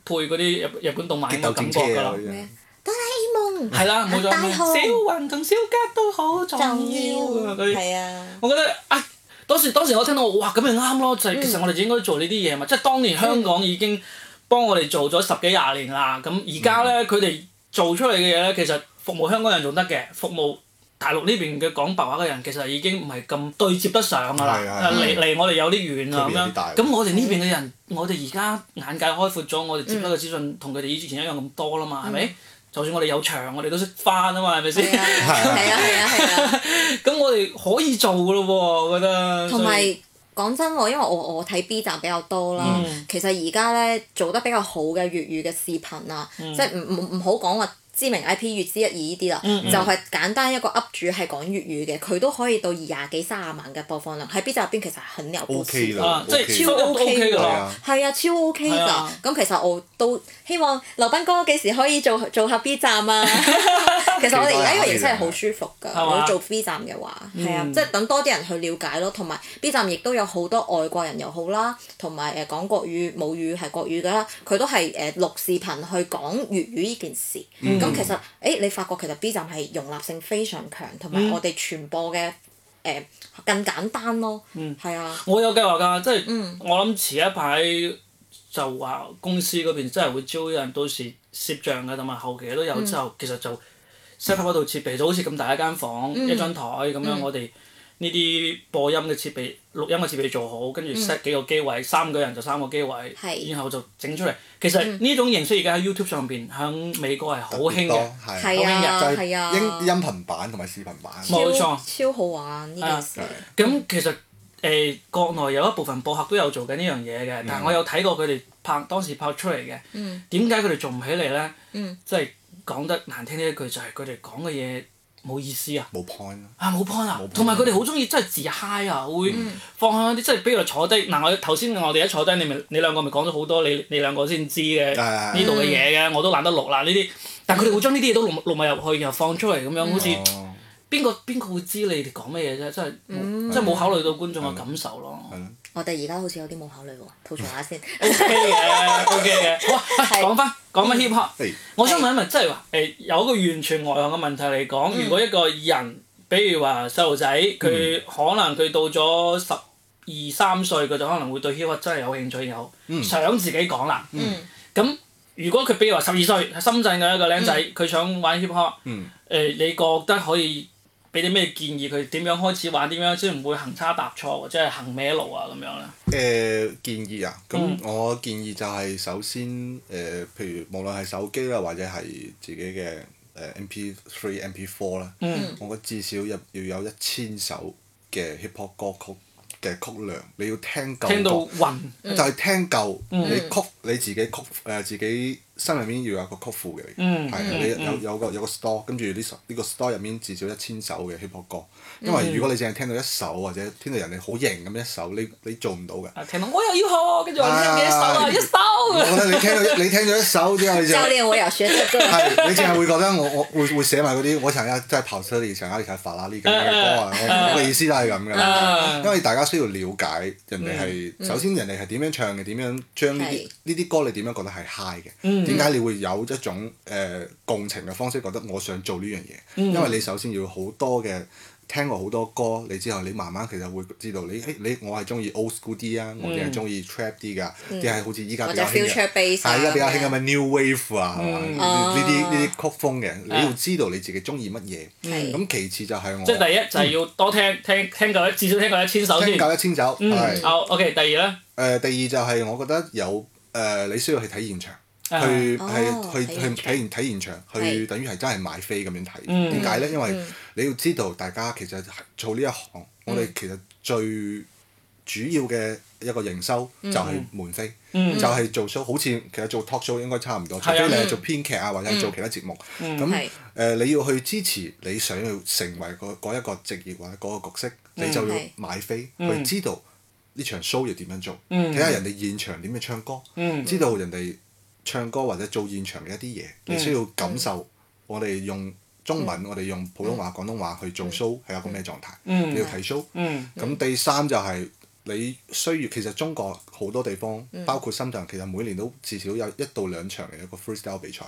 配嗰啲日日本動漫
激
咁嘅
鬥
感
戰
覺
車
㗎
啊
啦
嗰。啲啊！
哆啦 A 夢
係啦，冇咗咩
大
小
號
雲同小吉都好啊重
就
要啊！嗰啲，
係啊，
我覺得啊，當時當時我聽到哇咁咪啱咯，就係其實我哋應該做呢啲嘢嘛，即係當年香港已經幫我哋做咗十幾廿年啦，咁而家咧佢哋做出嚟嘅嘢咧，其實服務香港人仲得嘅，服務。大陸呢邊嘅講白話嘅人其實已經唔係咁對接得上㗎啦，
係
啊
係
離離我哋有啲遠啊
區別有啲大
咁樣。咁我哋呢邊嘅人，我哋而家眼界開闊咗，我哋接得嘅資訊同佢哋以前一樣咁多啦嘛，係咪？就算我哋有場，我哋都識翻啊嘛，係咪
係啊
先？，
係啊，係啊，係啊。
咁我哋可以做噶咯喎，我覺得。
同
所
埋
以
講真喎，因為我我睇 B 站比較多啦，
嗯
其實而家咧做得比較好嘅粵語嘅視頻啊，
嗯
即係唔唔唔好講話知名 IP 粵之一二呢啲啦，
嗯
就係簡單一個 up 主係講粵語嘅，佢都可以到廿幾三十萬嘅播放量，喺 B 站入邊其實係很有故
OK
事。
啦
啊，即係
OK
超 OK
㗎
噶
係
啦。
啊，
係啊，超 OK
係
㗎
啊！
咁其實我都希望劉斌哥幾時可以做 做下 B 站啊？其實我哋而家呢個形式係好舒服㗎，
係嘛
如果做 B 站嘅話，係啊，
嗯
即係等多啲人去了解咯。同埋 B 站亦都有好多外國人又好啦，同埋誒講國語母語係國語㗎啦，佢都係誒錄視頻去講粵語呢件事。
嗯
咁其實誒，你發覺其實 B 站係容納性非常強，同
嗯
埋我哋傳播嘅誒更簡單咯。
嗯
係啊，
我有計劃㗎，即係
嗯
我諗前一排就話公司嗰邊真係會招人，到時攝像嘅同埋後期都
嗯
有之後，其實就 set up 一套設備，就好似咁大一間房，
嗯
一張台咁樣，我哋呢啲播音嘅設備、錄音嘅設備做好，跟住 set 幾個機位，三個人就三個機位，
嗯係嗯
然後就整出嚟。其實呢種形式而家喺 YouTube 上邊，喺美國係好
特別
興
多
嘅。
係
係
好
啊，
啊就係
係啊，
音音頻版同埋視頻版。
冇錯
超超好玩呢件事
係啊。
咁其實誒、呃、國內有一部分播客都有做緊呢樣嘢嘅，但係我有睇過佢哋拍當時拍出嚟嘅。點解佢哋做唔起嚟咧？
嗯
即係講得難聽啲一句，就係佢哋講嘅嘢冇意思啊！
冇 point 咯。
啊冇 point 啊
冇！point
同埋佢哋好中意真係自嗨啊，會放向一啲即係比如坐低嗱，我頭先我哋一坐低，你咪你兩個咪講咗好多你你兩個先知嘅
係哦
呢度嘅嘢嘅，我都懶得錄啦呢啲。但係佢哋會將呢啲嘢都錄錄埋入去，然後放出嚟咁樣，好似〜
哦，
邊個邊個會知你哋講咩嘢啫？真係冇，真係冇考慮到觀眾嘅感受咯。
係咯。
我哋而家好似有啲冇考慮喎，吐槽 下先。
O K 嘅，O K 嘅。哇，喂
係
講翻講翻 hip hop，
誒
我想問一問，即係話誒有一個完全外行嘅問題嚟講，如果一個人，比如話細路仔，佢可能佢到咗十二三歲，佢就可能會對 hip hop 真係有興趣，有想自己講啦。
嗯
咁如果佢比如話十二歲，喺深圳嘅一個僆仔，佢想玩 hip hop，誒
嗯
你覺得可以俾啲咩建議佢點樣開始玩，點樣先唔會行差踏錯或者係行歪路啊咁樣咧？
誒建議啊，
嗯
咁我建議就係首先誒，譬如無論係手機啦，或者係自己嘅誒 MP three、MP four 啦，
嗯
我覺得至少要要有一千首嘅 hip hop 歌曲嘅曲量，你要聽夠
聽到
多
暈，
就係聽夠，
嗯
你曲你自己曲誒、自己心入面要有個曲庫嘅，係、啊
嗯嗯
你有有個有個 store，跟住呢首呢個 store 入面至少一千首嘅 hip hop 歌，因
嗯
為如果你淨係聽到一首或者聽到人哋好型咁一首，你你做唔到嘅。
啊聽到我又要學，跟住我聽幾多首啊，
啊
一首。
我覺得你聽到一你聽到一首之後，你就
教練，我有學這個。
係你淨係會覺得我我會會寫埋嗰啲我想要在跑車裏想要一台法拉利咁樣嘅歌啊，我我嘅意思都係咁
啊
嘅，因為大家需要了解人哋係首先人哋係點樣唱嘅，點樣將呢啲
係
呢啲歌你點樣覺得係 high 嘅，
嗯
點點解你會有一種誒、呃共情嘅方式，覺得我想做呢樣嘢？因為你首先要好多嘅聽過好多歌，你之後你慢慢其實會知道你誒你我係中意 old school 啲啊，我哋係中意 trap 啲㗎，啲係好似依家比較
或者
興
future
嘅，
bass 啊
係依家比較興嘅咩 new wave 啊，係嘛呢呢啲呢啲曲風嘅，你要
嗯啊
知道你自己中意乜嘢。
係
咁其次就係我
即係第一就係要多聽聽聽夠一至少聽夠一千首
嗯聽
先。
夠一千首，
嗯
係。
哦，OK，第二咧，
誒、第二就係我覺得有誒、你需要去睇現場，
啊
去
哦
係去
睇
去
現場
睇現睇現場，去
係
等於係真係買飛咁樣睇。
嗯
點解呢？因為你要知道，大家其實做呢一
嗯
行，我哋其實最主要嘅一個營收就係門飛，
嗯
就係做 show。好似其實做 talk show 應該差唔多，除
係啊嗯
非你係做編劇啊，或者係
嗯
做其他節目。 咁
係
誒、呃你要去支持你想要成為嗰嗰一個職業或者嗰個角色，你就要
係
買飛，去
嗯
知道呢場 show 要點樣做，
嗯
睇下人哋現場點樣唱歌，
嗯
知道人哋唱歌或者做現場嘅一啲嘢，
嗯
你需要感受。我哋用中文，我哋用普通話、廣東話去做 show 係一個咩狀態？
嗯
你要睇 show。
嗯
咁第三就係你需要，其實中國好多地方，
嗯
包括深圳，其實每年都至少有一到兩場嘅一個 freestyle 比賽，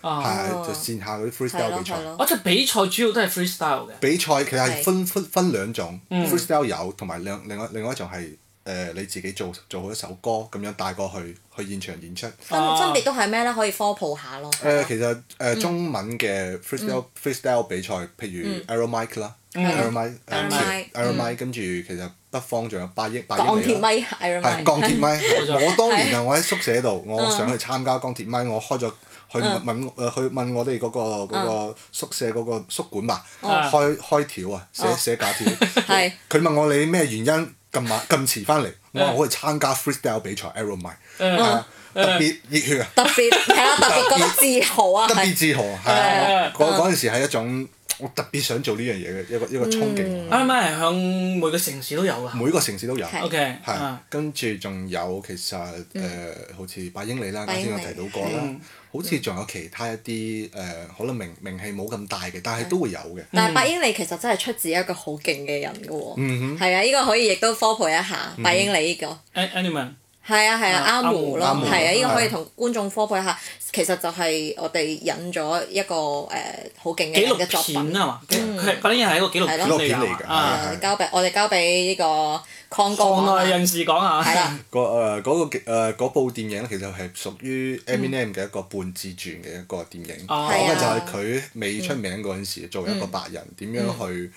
啊，
係就線下嗰啲
係
freestyle
咯
比賽
係。咯，
我隻比賽主要都係 freestyle 嘅。
比賽其實係
係
分分分兩種，freestyle 有，同埋兩另外另外一種係誒、呃你自己做做好一首歌咁樣帶過去去現場演出。誒、
分分別都係咩咧？可以科普下咯。
其實誒、呃中文嘅 freestyle、freestyle 比賽，譬如 Arrow Mike 啦，Arrow Mike
Arrow Mike，
Arrow Mike，跟住其實北方仲有八億八億
鋼
里
鐵
啦。
咪
係
Iron Man，
鋼鐵咪，
冇錯
我當年啊，我喺宿舍度，我想去參加鋼鐵咪，我開咗去問問呃誒去問我哋嗰個嗰個宿舍嗰個宿管吧，
哦
開開條啊，寫
哦
寫假條，
係
佢問我你咩原因咁晚咁遲翻嚟，我話我去參加 freestyle 比賽 Arrow 咪，係啊特別熱血啊，
特別係 啦，特別覺得自豪啊，
特別
係
自豪啊，係啊
誒
嗰嗰陣時係一種我特別想做呢樣嘢嘅一個一個憧憬啊，
啱啱係向每個城市都有㗎。
每個城市都有。
係
O K，
係
啊，，
跟住仲有其實誒、呃好似八英里啦，
八
啱先
英里
有提到過啦
嗯。
好似仲有其他一啲誒、呃可能名名氣冇咁大嘅，但係都會有嘅。
但係八英里其實真係出自一個好勁嘅人嘅
嗯
喎，係啊，呢個可以亦都科普一下八英里呢個。
An- Animal，
係啊係啊，
啊
阿
啱
毛咯
啱，毛
係啊，呢
係啊
個可以同觀眾科普一下。其實就係我哋引咗一個誒好勁嘅
紀
人嘅作
錄
品嗯
片，啊嘛，佢佢嗰啲嘢係一個紀錄
紀錄
片
片嚟
嚟
㗎
㗎
啊。
誒交俾我哋交俾呢個康哥
行
啊
內
嘛，
人士講
係
下，
啦，
個誒嗰個誒嗰部電影咧，其實係屬於 Eminem 嘅一個半自傳嘅一個電影，
哦
講嘅就係
嗯係啊嗯
佢未出名嗰陣時，作為一個白人點樣去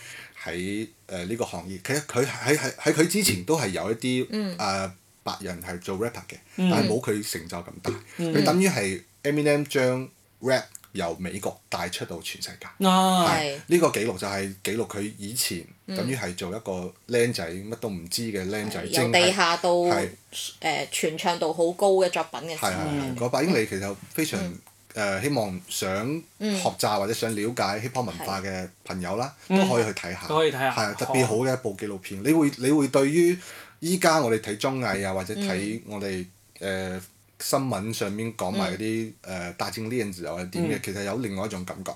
喺誒呢個行業。其實佢喺喺喺佢之前都係有一啲
嗯
誒白人係做 rapper 嘅，但係冇佢成就咁大。
嗯
佢等於係 Eminem 將 rap 由美國帶出到全世界。
啊，
係嗯
呢個記錄就係記錄佢以前等於係做一個僆仔乜都唔知嘅僆仔，
由
淨
地
係
下到誒
係
傳唱度好高嘅作品嘅時
係啊
候，
係係，嗰八英里其實非常誒希望想學習或者想了解 hip hop 文化嘅朋友啦，都可以去睇下，
嗯都可以睇下
係啊特別好嘅一部紀錄片，你會你會對於依家我哋睇綜藝啊，或者睇我哋誒新聞上面講埋嗰啲誒大戰呢樣字或者點嘅，其實有另外一種感覺。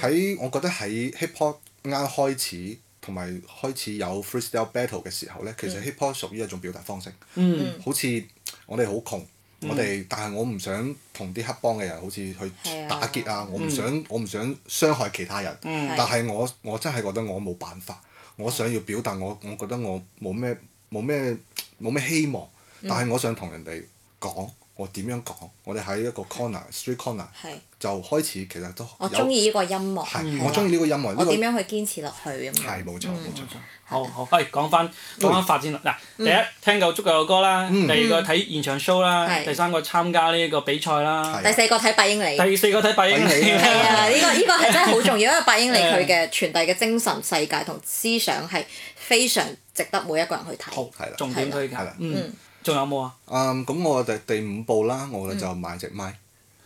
喺我覺得喺 hip hop 啱開始。同埋開始有 freestyle battle 嘅時候呢，其實 hip hop 屬於一種表達方式。
嗯，
好似我哋好窮，
嗯
我哋但係我唔想同啲黑幫嘅人好似
係
去
啊
打劫啊！我唔想我唔想傷害其他人，
嗯
但係我我真係覺得我冇辦法，我想要表達我我覺得我冇咩冇咩冇咩希望，
嗯
但係我想同人哋講我點樣講，我哋喺一個 corner street corner
係
就開始其實都
我中
有
意呢個音樂，係
係
啦
我中意呢個音樂呢
我
個
點樣嗯去堅持落去咁樣
係冇錯冇錯，
好好，係講翻講翻發展啦。嗱，
嗯
第一聽夠足夠嘅歌啦，
嗯
第二個睇現場 show 啦，
嗯係
第三個參加呢個比賽啦，
係
第四個睇八英里。
第四個睇八英里啦
係
係啊，呢個呢個係真係好重要，因為八英里佢嘅傳遞嘅精神世界同思想係非常值得每一個人去
好
睇。，
係啦
重點推介
係啦。
嗯，仲有冇啊？
嗯咁我就第五步啦，我就
嗯
買隻麥。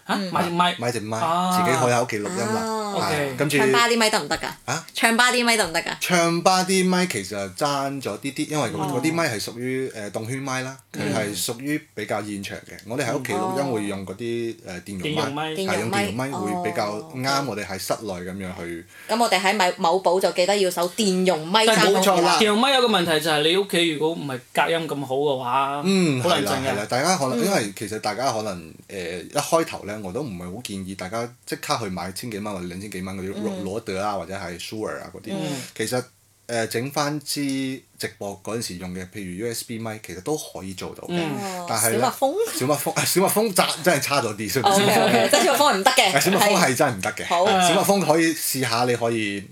嚇，買隻麥，
嗯買隻咪，
啊
自己開口記錄音
啊
啦，係
OK
跟住
唱巴啲咪得唔得㗎？
啊
唱巴啲咪得唔得㗎？
唱吧啲咪其實爭咗啲啲，因為嗰
哦
嗰啲咪係屬於誒動圈咪啦，佢
嗯
係屬於比較現場嘅。我哋喺屋企錄
哦
音會用嗰啲誒電
電
容
容咪
咪，係用電容咪
電容咪
會比較
哦
啱我哋喺室內咁樣去。
咁我哋喺某某寶就記得要搜電容咪
但係
三個
冇
字
錯啦
電容咪有個問題就係你屋企如果唔係隔音咁好嘅話，
嗯，
好難
係啦
震
係啦，
嘅。嗯
呃大家可能因為其實大家可能誒一開頭咧，咧，我都唔係好建議大家即刻去買千幾蚊或者兩千幾蚊嗰
嗯
啲羅羅德啊，或者係 Shure 啊嗰啲。其實誒整翻支直播嗰陣時用嘅，譬如 USB 咪，其實都可以做到嘅。
嗯
哦
但係
小
咧，
蜜蜂哦
小蜜蜂啊小蜜蜂真真係差咗啲，雖然小蜜蜂
OK，OK，即係小蜜蜂係唔得嘅。
誒小蜜蜂係真係唔得嘅，
好
嗯
小蜜蜂可以試下，你可以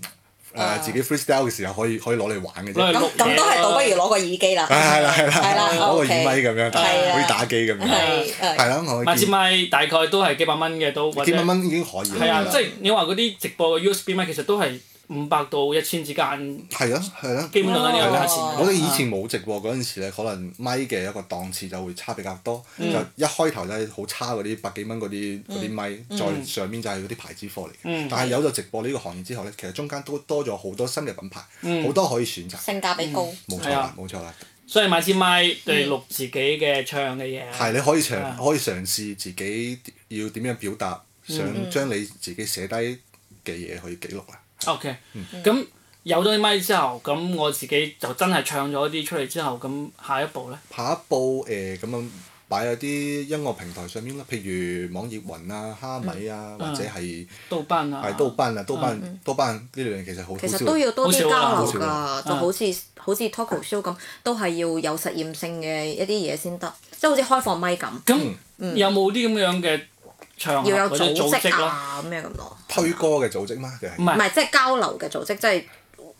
呃
啊
誒自己 freestyle 嘅時候可以可以攞嚟玩
攞
嘅
嚟
啫。啊
錄
咁咁都係倒不如攞個耳機啦。
係係啦係
係啦
啦，攞個耳
OK
咪咁樣，但
係
係
啊
可以打機咁樣，
係係
係啦，我
買
建
支咪大概都係幾百蚊嘅都，或者
幾百蚊嗯已經可以啦。
係啊，即係你話嗰啲直播嘅 USB 咪其實都係五百到一千之間，
係啊，係啊。
基本上都呢個價
哦
錢。啊
我哋以前冇直播嗰陣時咧，可能咪嘅一個檔次就會差比較多，
嗯
就一開頭就係好差嗰啲百幾蚊嗰啲嗰啲咪，再上面就係嗰啲牌子貨嚟嘅
嗯。
但係有咗直播呢個行業之後咧，其實中間都多咗好多新嘅品牌，好多可以選擇。
性價比高。
嗯冇錯
嗯係啊
啦，冇錯啦，
所以買支咪嚟錄自己嘅唱嘅嘢。
係你可以
啊
嘗可以嘗試自己要點樣表達，
嗯
想將你自己寫低嘅嘢去記錄啊啦。
O.K.
嗯
咁有咗啲咪之後，咁我自己就真係唱咗啲出嚟之後，咁下一步咧？
下一步誒咁樣擺喺啲音樂平台上面啦，譬如網易雲啊、蝦米啊，
嗯
或者係
刀班啊，
係豆瓣啊、豆瓣、豆瓣呢兩樣其實好好
其實
少
都
人。
要多啲交
好
流
少
㗎，
啦
就好似好似 talk show 咁，都係要有實驗性嘅一啲嘢先得，即係好似開放咪咁，
咁有冇啲咁樣嘅場
要
合
有
或者
組
組織
織
咯？
啊咩咁咯，
推歌嘅組織嘛，就
唔
係
係，
唔係即係交流嘅組織，即係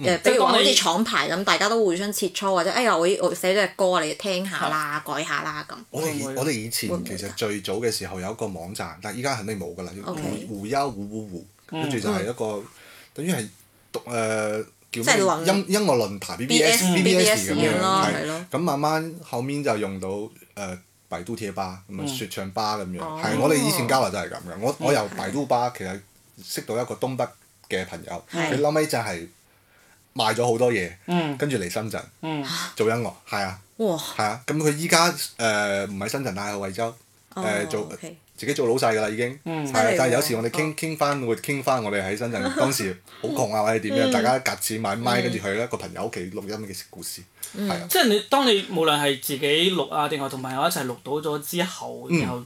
嗯
誒，比如話
即係當
好
你
似廠牌咁，大家都互相切磋，或者哎呀，我
嗯
我寫咗隻歌，你聽下啦，改下啦咁。
我哋以
會唔會
我哋以前
會唔會
其實
㗎
最早嘅時候有一個網站，但係依家肯定冇㗎啦，要
OK 嗯
互互優互互互，跟住就係一個等於係讀誒叫
即係論
咩音音樂論壇
BS
BBS BBS 咁
咁
樣
咯係咯
係咁慢慢後面就用到誒。百度貼吧
嗯
咁啊，説唱吧咁樣，
哦
係我哋以前交流就係咁嘅。我我由百度吧其實識到一個東北嘅朋友，
係
佢後尾就係賣咗好多嘢，
嗯
跟住嚟深圳
嗯，
做音樂，係啊。
哇！
係啊，咁佢依家誒唔喺深圳，但係喺惠州誒、
哦
做
OK
自己做老細㗎啦已經。
嗯
係啊
犀利喎
但係有時我哋
哦
傾傾翻會傾翻我哋喺 深圳當時好窮啊或者點
嗯
樣，大家夾錢買咪，跟住去一個朋友屋企錄音嘅故事，
嗯
係啊，
即係你當你無論係自己錄啊，定係同朋友一齊錄到咗之後，
嗯
然後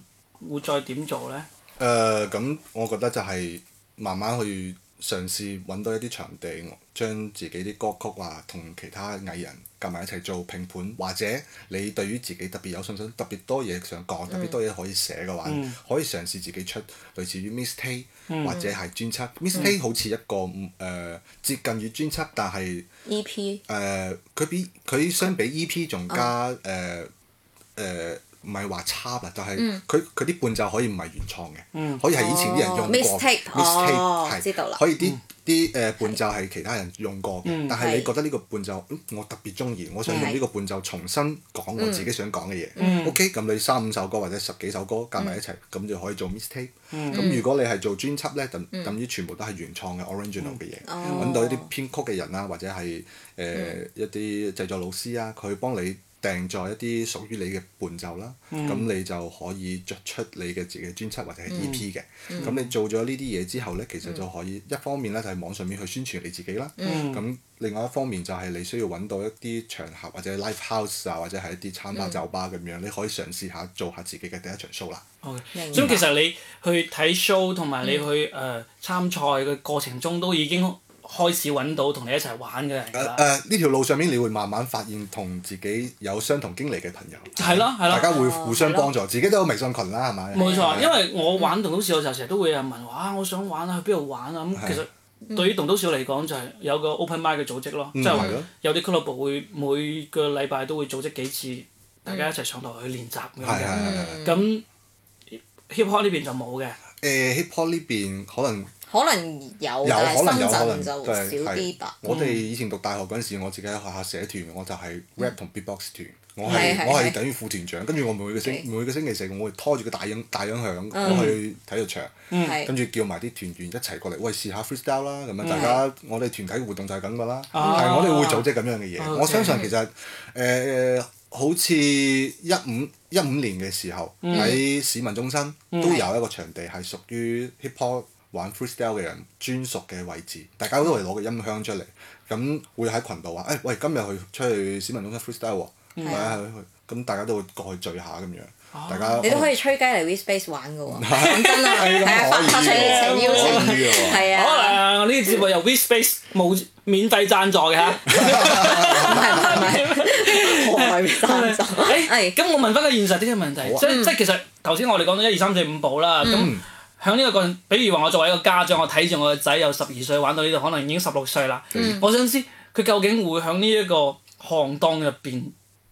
會再點做咧？
誒咁我覺得就係慢慢去嘗試揾到一啲場地，將自己啲歌曲啊同其他藝人夾埋一齊做拼盤，或者你對於自己特別有信心、特別多嘢想講、特別多嘢可以寫嘅話，
嗯
可以嘗試自己出類似於 mistake 或者係專輯。mistake 好似一個誒、呃接近於專輯，但係
E.P.
誒呃佢比佢相比 E.P. 仲加
哦
誒誒唔係話差啦，但係
嗯
佢佢啲伴奏可以唔係原創嘅，
嗯
可以係以前啲人用過
哦 mistake，哦
係
知道啦
可以啲啲誒伴奏係其他人用過嘅，但係
係
你覺得呢個伴奏，嗯我特別中意，我想用呢個伴奏重新講
嗯
我自己想講嘅嘢。O.K. 咁你三五首歌或者十幾首
嗯
歌夾埋一齊，咁就可以做 mistake。咁如果你係做專輯咧，等等於全部都係原創嘅 original 嘅嘢。
嗯哦
揾到一啲編曲嘅人啊，或者係誒、呃一啲製作老師啊，佢幫你訂做一啲屬於你嘅伴奏啦，咁、你就可以作出你嘅自己專輯或者係 EP 嘅。咁、你做咗呢啲嘢之後呢，其實就可以、一方面呢，就係、網上面去宣傳你自己啦，咁、
嗯
另外一方面就係你需要揾到一啲場合或者 live house 啊，或者係一啲餐吧、酒吧咁樣，你可以嘗試下做下自己嘅第一場 show 啦。
O.K.
明白嗯
咁其實你去睇 show 同埋你去誒、呃、參賽嘅過程中，都已經開始揾到同你一齊玩嘅人㗎
誒
啦。
誒啊呢條路上面，你會慢慢發現同自己有相同經歷嘅朋友，
係咯係咯
大家會
哦
互相幫助，自己都有微信群啦，係啊咪？
冇錯，因
為
為我玩棟篤笑嘅時候，成日都會有人問話啊，我想玩啊，去邊度玩啊？咁
係
其
嗯
實對於棟篤笑嚟講，就係有個 open mic 嘅組織咯，即
嗯
係話
係咯
有啲俱樂部會每個禮拜都會組織幾次，大家一齊上台去練習咁
係係
樣。
係
咁 hip hop 呢邊就冇嘅，嗯
誒 hip hop 呢邊可能
可能有，
有，
但
可
係
能有，
深
可
圳
能
就
都
少
係
啲
係
吧。嗯
我哋以前讀大學嗰陣時，我自己喺學校社團，我就係 rap 同 beatbox 團，我
嗯係係
係我
係
係等於副團長，跟住我每個星
係
每個星期四，我會拖住個大音大音響，
嗯
我去體育場。嗯跟
係嗯
住叫埋啲團員一齊過嚟，喂試下 freestyle 啦，咁樣大家我哋團體活動就係咁噶啦，
啊
係我哋會組織咁樣嘅嘢。
OK
我相信其實誒好似一五一五年嘅時候
嗯
喺市民中心都有一個場地係屬於 hip hop 玩 freestyle 嘅人專屬嘅位置，大家都係攞個音響出嚟，咁會喺群度話誒喂今日去出去市民中心 freestyle 喎，啊
嗯哦
或者係去咁大家都會過去聚下咁樣。大家
你都可以吹雞嚟 WeSpace 玩 噶喎，
講
真啊，係啊，發發出邀請邀請，
可以喎。
係
好
啊，
啦，我呢個節目由 WeSpace 冇免費贊助嘅嚇。
唔係唔係唔係，
啊
我外面贊助，
誒，
哎
係
哎咁我問翻個現實啲嘅問題，即
嗯
係即係其實頭先我哋講咗一二三四五步啦，咁喺呢個過程，比如話我作為一個家長，我睇住我個仔由十二歲玩到呢度，可能已經十六歲啦。
嗯
我想知佢究竟會喺呢一個行當入邊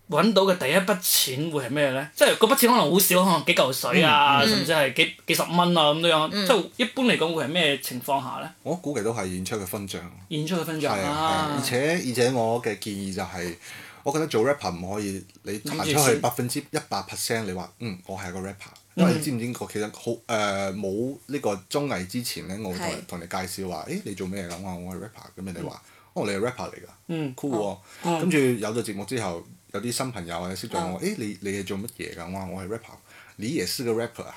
揾到嘅第一筆錢會係咩咧？即係嗰筆錢可能好少，可能幾嚿水
嗯
啊，甚至係幾幾十蚊啊咁樣。即係一般嚟講會係咩情況下咧？
我估計都係演出嘅分帳。
演出嘅分
係
賬
啊，係啊
啊
而，且而且我嘅建議就係，我覺得做 rapper 唔可以你行
諗住
出去
先
百分之一百 percent，你話嗯我係個 rapper，因為你知唔知我其實好誒冇呢個綜藝之前咧，我會同
係
人同你介紹話，誒你做咩㗎？我話我係 rapper，咁人哋話，哦你係 rapper 嚟㗎。
嗯
cool 喎，跟住有咗節目之後，有啲新朋友啊識咗我，誒你你係做乜嘢㗎？我話我係 rapper，你也是個 rapper 啊，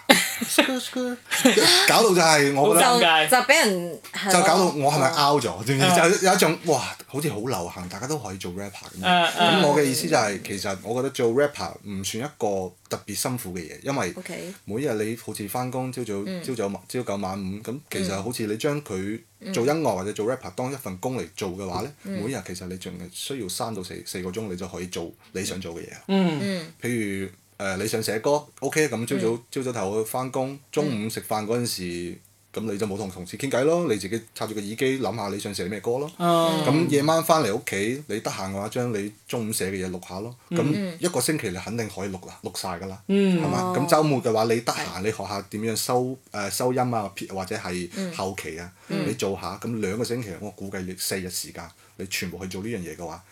搞到就係我覺得
好尷尬
就就俾人係咯
就搞到我係咪 out 咗？知唔知？
啊
就有一種哇，好似好流行，大家都可以做 rapper 咁樣。
啊啊
咁我嘅意思就係，其實我覺得做 rapper 唔算一個特別辛苦嘅嘢，因為
OK
每日你好似翻工，朝早
嗯
朝早晚朝九晚五，咁其實好似你將佢
嗯
做音樂或者做 rapper 當一份工嚟做嘅話呢，每日其實你淨係需要三到四四個鐘，你就可以做你想做嘅嘢啦。
嗯
譬如誒、呃你想寫歌，OK，咁朝早朝早頭翻工，中午食飯嗰陣時，咁、你就冇同同事傾偈咯，你自己插住個耳機諗下你想寫咩歌咯。
嗯
咁夜晚翻嚟屋企，你得閒嘅話，將你中午寫嘅嘢錄下咯。咁、一個星期你肯定可以錄啦，錄晒㗎啦，
嗯
係嘛？
哦
咁週末嘅話，你得閒你學下點樣收誒、呃收音啊，撇或者係後期啊，你做下。咁兩個星期，我估計你四日時間，你全部去做呢樣嘢嘅話，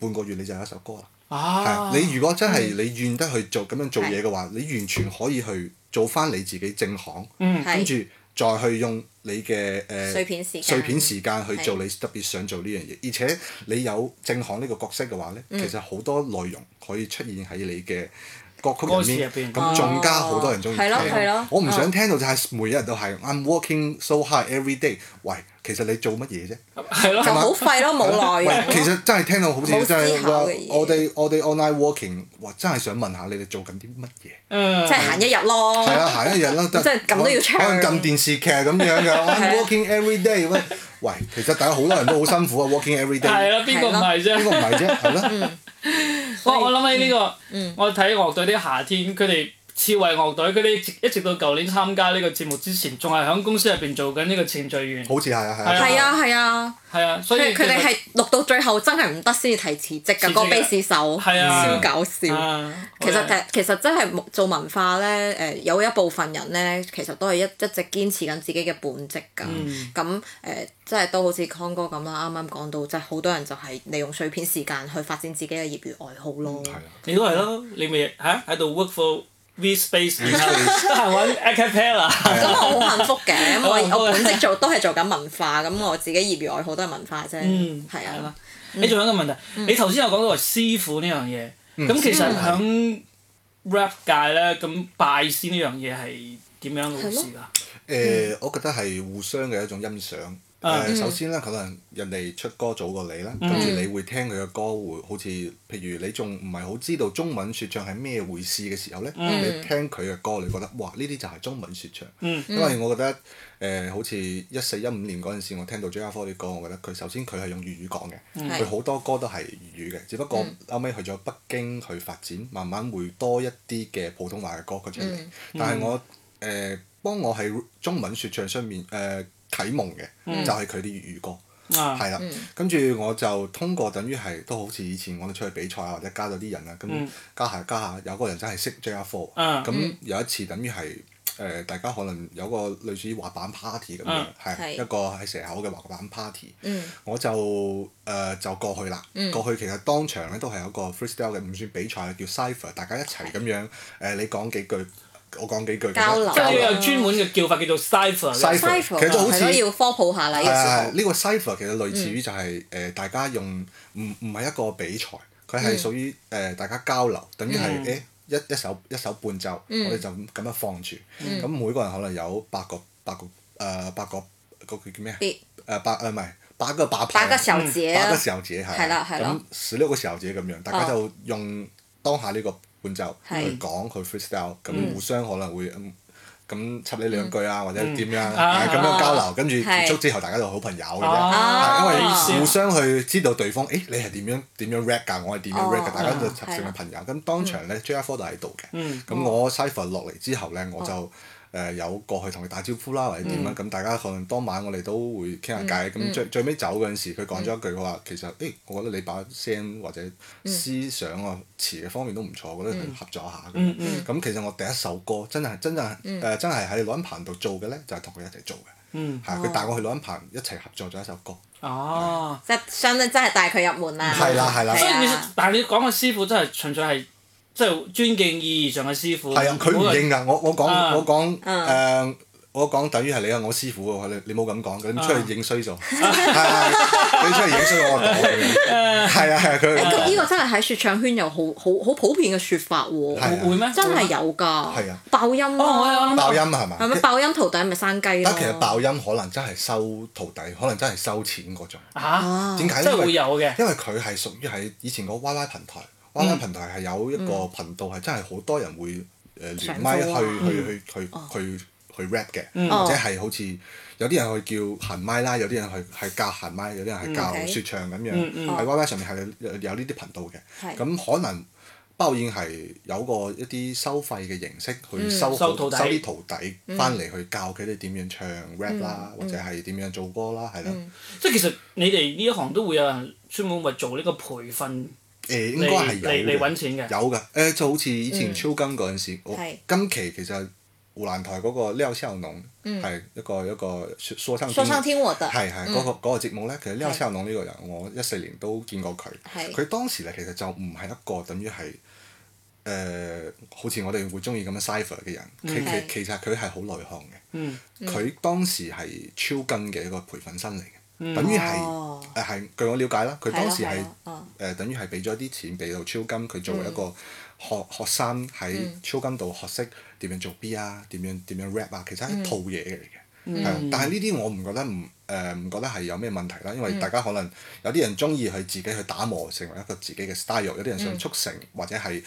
半個月你就有一首歌啦。
啊
係，你如果真
嗯
係你願得去做咁樣做嘢嘅話，你完全可以去做翻你自己正行，
嗯
跟
係
住再去用你嘅誒
碎片時間
碎片時間去做你特別想做呢樣嘢，而且你有正行呢個角色嘅話呢，
嗯
其實好多內容可以出現喺你嘅。歌曲
歌詞入
入
邊
面，咁仲加好多人中意聽
哦係咯係咯。
我唔想聽到就係每日都係 I'm working so hard every day。喂，其實你做乜嘢啫？
係咯
就。好廢咯，冇內
喂，
容
其
咯。
實真係聽到好似
冇
真係
思考
話
嘅嘢
我哋我哋 online working，哇！真係想問下你哋做緊啲乜嘢？
嗯
即係行一日咯，
係啊，行一日 啦，即
哦即係咁都要唱啊
可能撳電視劇咁樣 嘅 I'm working every day 喂。喂，其實大家好多人都好辛苦啊，working every
係
day。
啦，邊個唔係啫
呢？個唔係啫，係
嗯
咯。
我我諗起呢個，我睇樂隊啲夏天，佢哋刺猬樂隊，佢哋一直一直到舊年參加呢個節目之前，仲係喺公司入邊做緊呢個程序員，
好似係啊，
係
係啊。
係啊係啊，
係啊，所以
佢佢哋係錄到最後真係唔得先至提辭職
辭職
㗎，
㗎
個 bass 手
係啊
超搞笑。
啊，
其實誒其實真係冇做文化咧，誒、有一部分人咧，其實都係一一直堅持緊自己嘅本職㗎。
嗯
咁誒、即係都好似康哥咁啦，啱啱講到，即係好多人就係利用碎片時間去發展自己嘅業餘愛好咯。
係啊
你嗯都係咯，你咪嚇喺度 work for V Space，然後得閒玩 a cappella，
咁我好幸福嘅， 因為我
好
我
啊
本職做都係做緊文化，咁我自己業餘愛好都係文化啫。
嗯，
係
係啦
啊，。
你仲有一個問題，
嗯
你頭先有講到話師傅呢樣嘢，咁其實
嗯
喺 rap 界咧，咁拜師呢樣嘢係點樣嘅回事㗎？
誒，呃我覺得係互相嘅一種欣賞。
嗯
呃
啊嗯
誒，首先咧，可能人哋出歌早過你啦，跟住你會聽佢嘅歌，會好似譬如你仲唔係好知道中文説唱係咩回事嘅時候咧，你聽佢嘅歌，你覺得哇，呢啲就係中文説唱。
嗯
因為我覺得誒、呃好似一四一五年嗰陣時，我聽到 J.R. 科啲歌，我覺得佢首先佢係用粵語講嘅，
嗯
佢好多歌都係粵語嘅，只不過後尾去咗北京去發展，慢慢會多一啲嘅普通話嘅歌曲出
嗯
嚟。但係我誒、呃、幫我喺中文説唱上面誒、呃、啟蒙嘅，就係佢啲粵語歌。
啊，
係啦，
嗯
跟住我就通過，等於係都好似以前我哋出去比賽啊，或者加咗啲人啊，咁
嗯
加下加下，有個人真係識 J R Four，
啊
嗯
咁有一次等於係誒大家可能有個類似滑板 party 咁樣
啊，
係
係嗯
一個喺蛇口嘅滑板 party，我就誒就過去啦，過去其實當場咧都係有個 freestyle 嘅，唔算比賽叫 cipher，大家一齊咁樣誒你講幾句，我講幾句咁樣
交流
即係有專門嘅叫法叫做啊 cipher 嘅
Cypher，
Cypher，啊
其實都好似
係咯要科普下啦，呢
係係
個時候嗯
係呢個 cipher 其實類似於就係、誒、大家用唔唔係一個比賽，佢
嗯
係屬於誒、呃大家交流，等於係誒一一首一首伴奏，
嗯
我哋就咁咁樣放住，咁、每個人可能有八個八個誒、呃八個嗰個叫咩啊？
別
誒八誒唔係八個把
八
牌，
個小節
八個小節係
係啦係啦
咁十六個小節咁樣，大家
哦
就用當下呢個伴奏
係
去講佢 freestyle，咁互相可能會嗯咁插你兩句啊，或者點樣
啊
啊咁樣交流，跟住
嗯哦係
接觸之後大家就好朋友嘅
哦
啫。
啊
因
意思
為互相去知道對方，誒你係點樣點樣 rap 㗎，我係點樣 rap
哦
㗎，大家就
啊
嗯
成
係
為
啦
朋友。咁當場咧 j f Four 就喺度嘅
嗯，哦
咁我 Cypher 落嚟之後咧，我就誒有過去同佢打招呼啦，或者點啊
嗯
啦。咁大家可能當晚我哋都會傾下偈。咁最最尾走嗰陣時，佢講咗一句，佢話其實誒，我覺得你把聲或者思想啊詞嘅方面都唔錯，我覺得佢合作下。
嗯嗯嗯
咁其實我第一首歌真係真係誒真係喺錄音棚度做嘅咧，就係同佢一齊做嘅。
嗯，
係佢帶我去錄音棚一齊合作咗一首歌。
哦。
即係相當真係帶佢入門啦。
係啦係啦
所以你
係啊
但係你講嘅師傅真係純粹係即係尊敬意義上嘅師傅。
係啊，佢唔認㗎。我我講
啊
我講
啊
誒，我講等於係你係我師傅喎。你你冇咁講嘅，你
啊
出去影衰咗。係你出去影衰我講嘅。係啊係啊，佢咁
哎呢
講。
個真係喺説唱圈有好好好普遍嘅説法
係
喎，
會會咩？
真係
會咩。
有
係
㗎
啊。
爆音
哦，我有
啊！
諗
爆音
到。
係嘛？
係咪爆音徒弟咪生雞咯？
但其實爆音可能真係收徒弟，可能真係收錢嗰種。
嚇！
啊
點解
即係
呢？因
會
為
有嘅。
因為佢係屬於喺以前個 YY 平台，YY
嗯
平台係有一個頻道係真係好多人會誒連
上
麥
課啊
嗯
哦
去去去去去去 rap 嘅，或者係好似有啲人去叫行麥啦，有啲人去係教行麥，有啲人係教
OK
説唱咁樣。
嗯嗯
喺 YY 上面係有有呢啲頻道嘅，
係
咁可能。包現係有個一啲收費嘅形式去收
嗯收
好
徒弟嗯
收啲徒弟翻嚟去教佢哋點樣唱 rap 啦，或者係點樣做歌啦，係啦。
即係其實你哋呢一行都會有人專門為做呢個培訓
誒呃應
嚟
該係有
嚟嚟
嘅
揾錢嘅。嗯
有㗎，誒、就好似以前超更嗰陣時，我
係
今期其實湖南台嗰個廖笑農係一個一個說說唱
嗯說唱天嗯和的
係係嗰個嗰個節目咧，其實廖笑農呢個人，我一四年都見過佢
係。
佢當時咧其實就唔係一個等於係誒，好似我哋會中意咁樣 cipher 嘅人，其
嗯係
其其實佢係好內行嘅。
嗯。
佢當時係超更嘅一個培訓生嚟
嗯
嘅，等於係
哦
誒係據我了解啦，佢
係
當
咯
時
係
係
咯嗯
誒等於係俾咗啲錢俾到超金，佢作為一個學學生喺
嗯
超金度學識點樣做 B 啊，點樣點樣 rap 啊，其實
嗯
係一套嘢嚟嘅。係啊但係呢啲我唔覺得唔誒唔覺得係有咩問題啦，
嗯
因為大家可能有啲人中意去自己去打磨成為一個自己嘅 style，有啲人
嗯
想速成或者係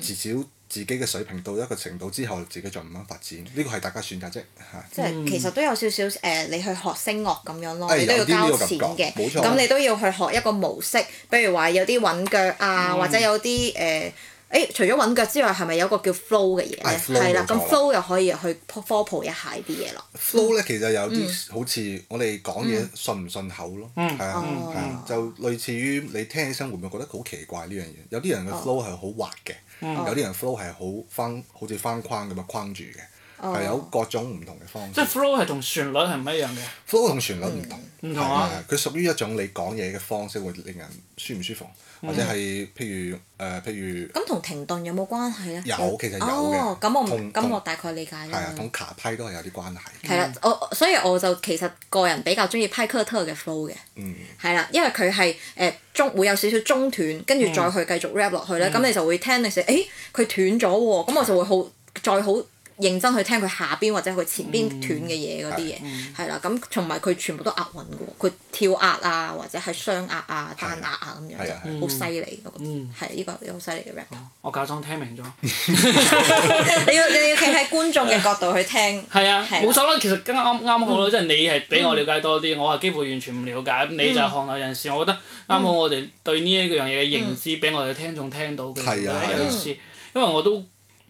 至少自己嘅水平到一個程度之後，自己再慢慢發展，呢個係大家選擇啫嚇。
即係其實都有少少誒，你去學聲樂咁樣咯，
嗯哎
你都要交
有啲
錢
呢個感覺
嘅。
冇錯
咁你都要去學一個模式，比如話有啲韻腳啊，
嗯
或者有啲誒，誒除咗韻腳之外，係咪有個叫 flow 嘅嘢
哎
咧？
，flow，
係啦，
冇錯
咁
啦
flow 又可以去科普一下呢啲嘢咯。
flow 咧其實有啲好似我哋講嘢順唔順口咯，
嗯
係啊
哦
係啊，就類似於你聽起身會唔會覺得好奇怪呢樣嘢？有啲人嘅 flow 係好滑嘅，
嗯
有啲人 flow 係好翻好似翻框咁樣框住嘅，係有各種唔同嘅方
即係
式。
flow 係同旋律係唔一樣嘅。
flow 同旋律唔同，
嗯唔
係
同啊
啊，佢屬於一種你講嘢嘅方式會令人舒唔舒服，
嗯
或者係譬如誒譬如。
咁同停頓有冇關係咧？
有其實有嘅
哦，咁我唔
同
咁
同
我大概理解
係
啦
啊，。同嗯卡批都係有啲關係。
係啦，我所以我就其實個人比較中意派克特嘅 flow 嘅。
嗯，
係啦，因為佢係誒中會有少少中斷，跟
嗯
住再去繼續 rap 落去咧，咁、你就會聽你時，誒佢斷咗喎，咁我就會好再好認真去聽佢下邊或者佢前邊
嗯
斷嘅嘢嗰啲嘢，係啦、咁同埋佢全部都押韻嘅喎，佢跳押啊，或者係雙押啊、單押啊咁樣
係啊嗯係
就好犀利，我覺得係呢個呢個好犀利嘅 rap。
哦我假裝聽明咗。
你要你要企喺觀眾嘅角度去聽，
係啊，
係啊
冇所謂，其實啱啱啱好咯，即係你係比我了解多啲，我係幾乎完全唔了解，咁你就係行內人士，我覺得啱好我哋對呢一樣嘢嘅認知，俾我哋嘅聽眾聽到嘅
係啊
有意思，因為我都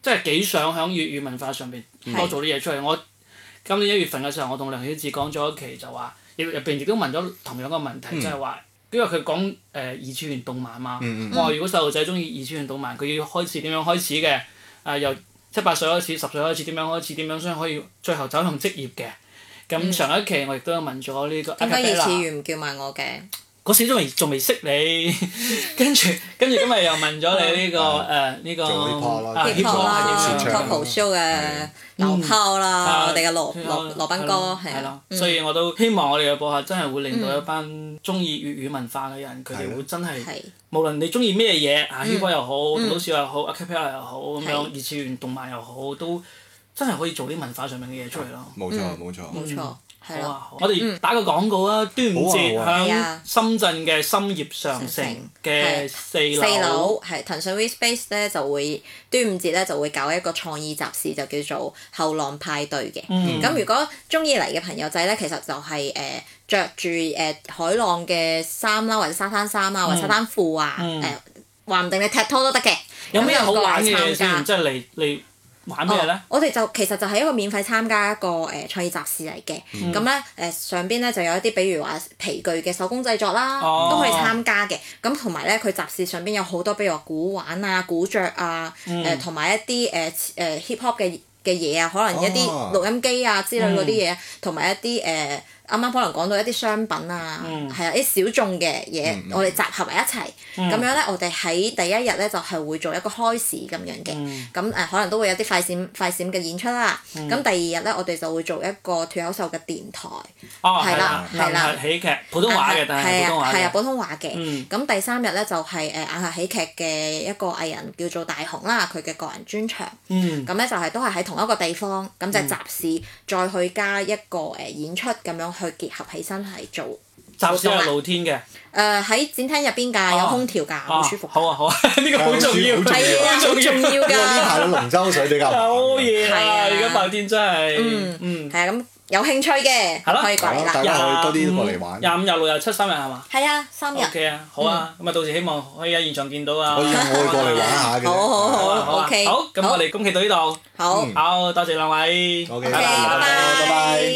即係幾想喺粵語文化上邊
嗯
多做啲嘢出嚟。我今年一月份嘅時候，我同梁曉智講咗一期就話，亦入邊亦都問咗同樣嘅問
嗯
題，就係話。因為佢講誒二次元動漫嘛，
嗯
我話如果細路仔中意二次元動漫，佢要開始點樣開始嘅？誒由七八歲開始，十歲開始點樣開始，點樣先可以最後走向職業嘅。咁上一期我亦都有問咗呢個
嗯點解二次
acapella
元唔叫埋我嘅？
嗰時都未仲未識 你，跟住跟住今日又問咗你呢個誒呢個
啊做 hip hop 啦嗯
啊
嗯 hip
hip
hop
hop 係
啦
啊
t
跳
o
唱
p o
啦
show 嘅流拋啦，
啊嗯
我哋嘅羅羅羅賓哥係
係
啊嗯
咯，，所以我都希望我哋嘅播客真係會令到一班中意粵語文化嘅人，佢
係
哋
啊
會真係
係
無論你中意咩嘢啊，hip hop 又好，老少又好，acapella 又好，咁樣
嗯係
二次元動漫又好，都真係可以做啲文化上面嘅嘢出嚟咯。
冇錯冇錯。
冇
好
錯，係咯。
啊好啊我哋打個廣告啊！端午節
好啊好
哦嗯啊係
響
啊
深圳嘅深業上城嘅
係
四
四樓係騰訊 WeSpace 咧就會端午節咧就會搞一個創意集市，就叫做後浪派對嘅。咁、
嗯
如果中意嚟嘅朋友仔咧，其實就係誒著住誒海浪嘅衫啦，或者沙灘衫啊，或者沙灘褲啊，
嗯
誒話唔定你踢拖都得嘅。
有咩
咁
好
過嚟
玩嘅嘢
參加
先？即係嚟嚟
啊
玩咩咧
哦？我哋就其實就係一個免費參加一個誒創意集市嚟
嗯
嘅，咁咧誒上邊咧就有一啲，比如話皮具嘅手工製作啦，
哦
都可以參加嘅。咁同埋咧，佢集市上邊有好多，比如話古玩啊、古着啊，
嗯
誒同埋一啲誒誒 hip hop 嘅嘅嘢啊，可能一啲
哦嗯
錄音機啊之類嗰啲嘢，同埋一啲誒啱啱可能講到一啲商品啊，係啊啲小眾嘅嘢，
嗯
我哋集合埋一齊，
嗯
咁樣咧我哋喺第一日咧就係會做一個開市咁樣嘅。
嗯
咁誒、可能都會有啲快閃快閃嘅演出啦。咁、第二日咧，我哋就會做一個脱口秀嘅電台，
哦，
係啦
係
係啦
硬核喜劇普通話嘅，但係普通話
啊係啊
嘅。
普通話嘅。
嗯
咁、第三日咧就係誒眼下喜劇嘅一個藝人叫做大雄啦，佢嘅個人專場。
嗯，
咁咧就係都係喺同一個地方，咁就集市再去加一個誒演出咁樣去結合起身係做。
集
啊
市係露天嘅。
誒喺展廳入邊㗎，有空調㗎，好
啊
舒服㗎。
好啊好啊，呢個好
好
重要，
舒服
係啊，好
好
重要
因為呢
㗎。
排嘅龍舟水比較
好嘢
係
啊！
啊
而家白天真係
嗯，
嗯，
係啊，咁有興趣嘅
係咯
可以過嚟
係咯大家
啦。
可以多啲
廿五
過嚟玩
廿五、廿六、廿七三日係嘛
係啊，三日。嗯
？OK 啊，好啊，咁啊到時希望可以喺現場見到啊。
可以啊我會過嚟玩下嘅啫。
好好
好啊好啊
OK，
好，咁
好
我哋今期到呢度，
好。
嗯
好多謝兩位，
OK，
拜拜
拜拜。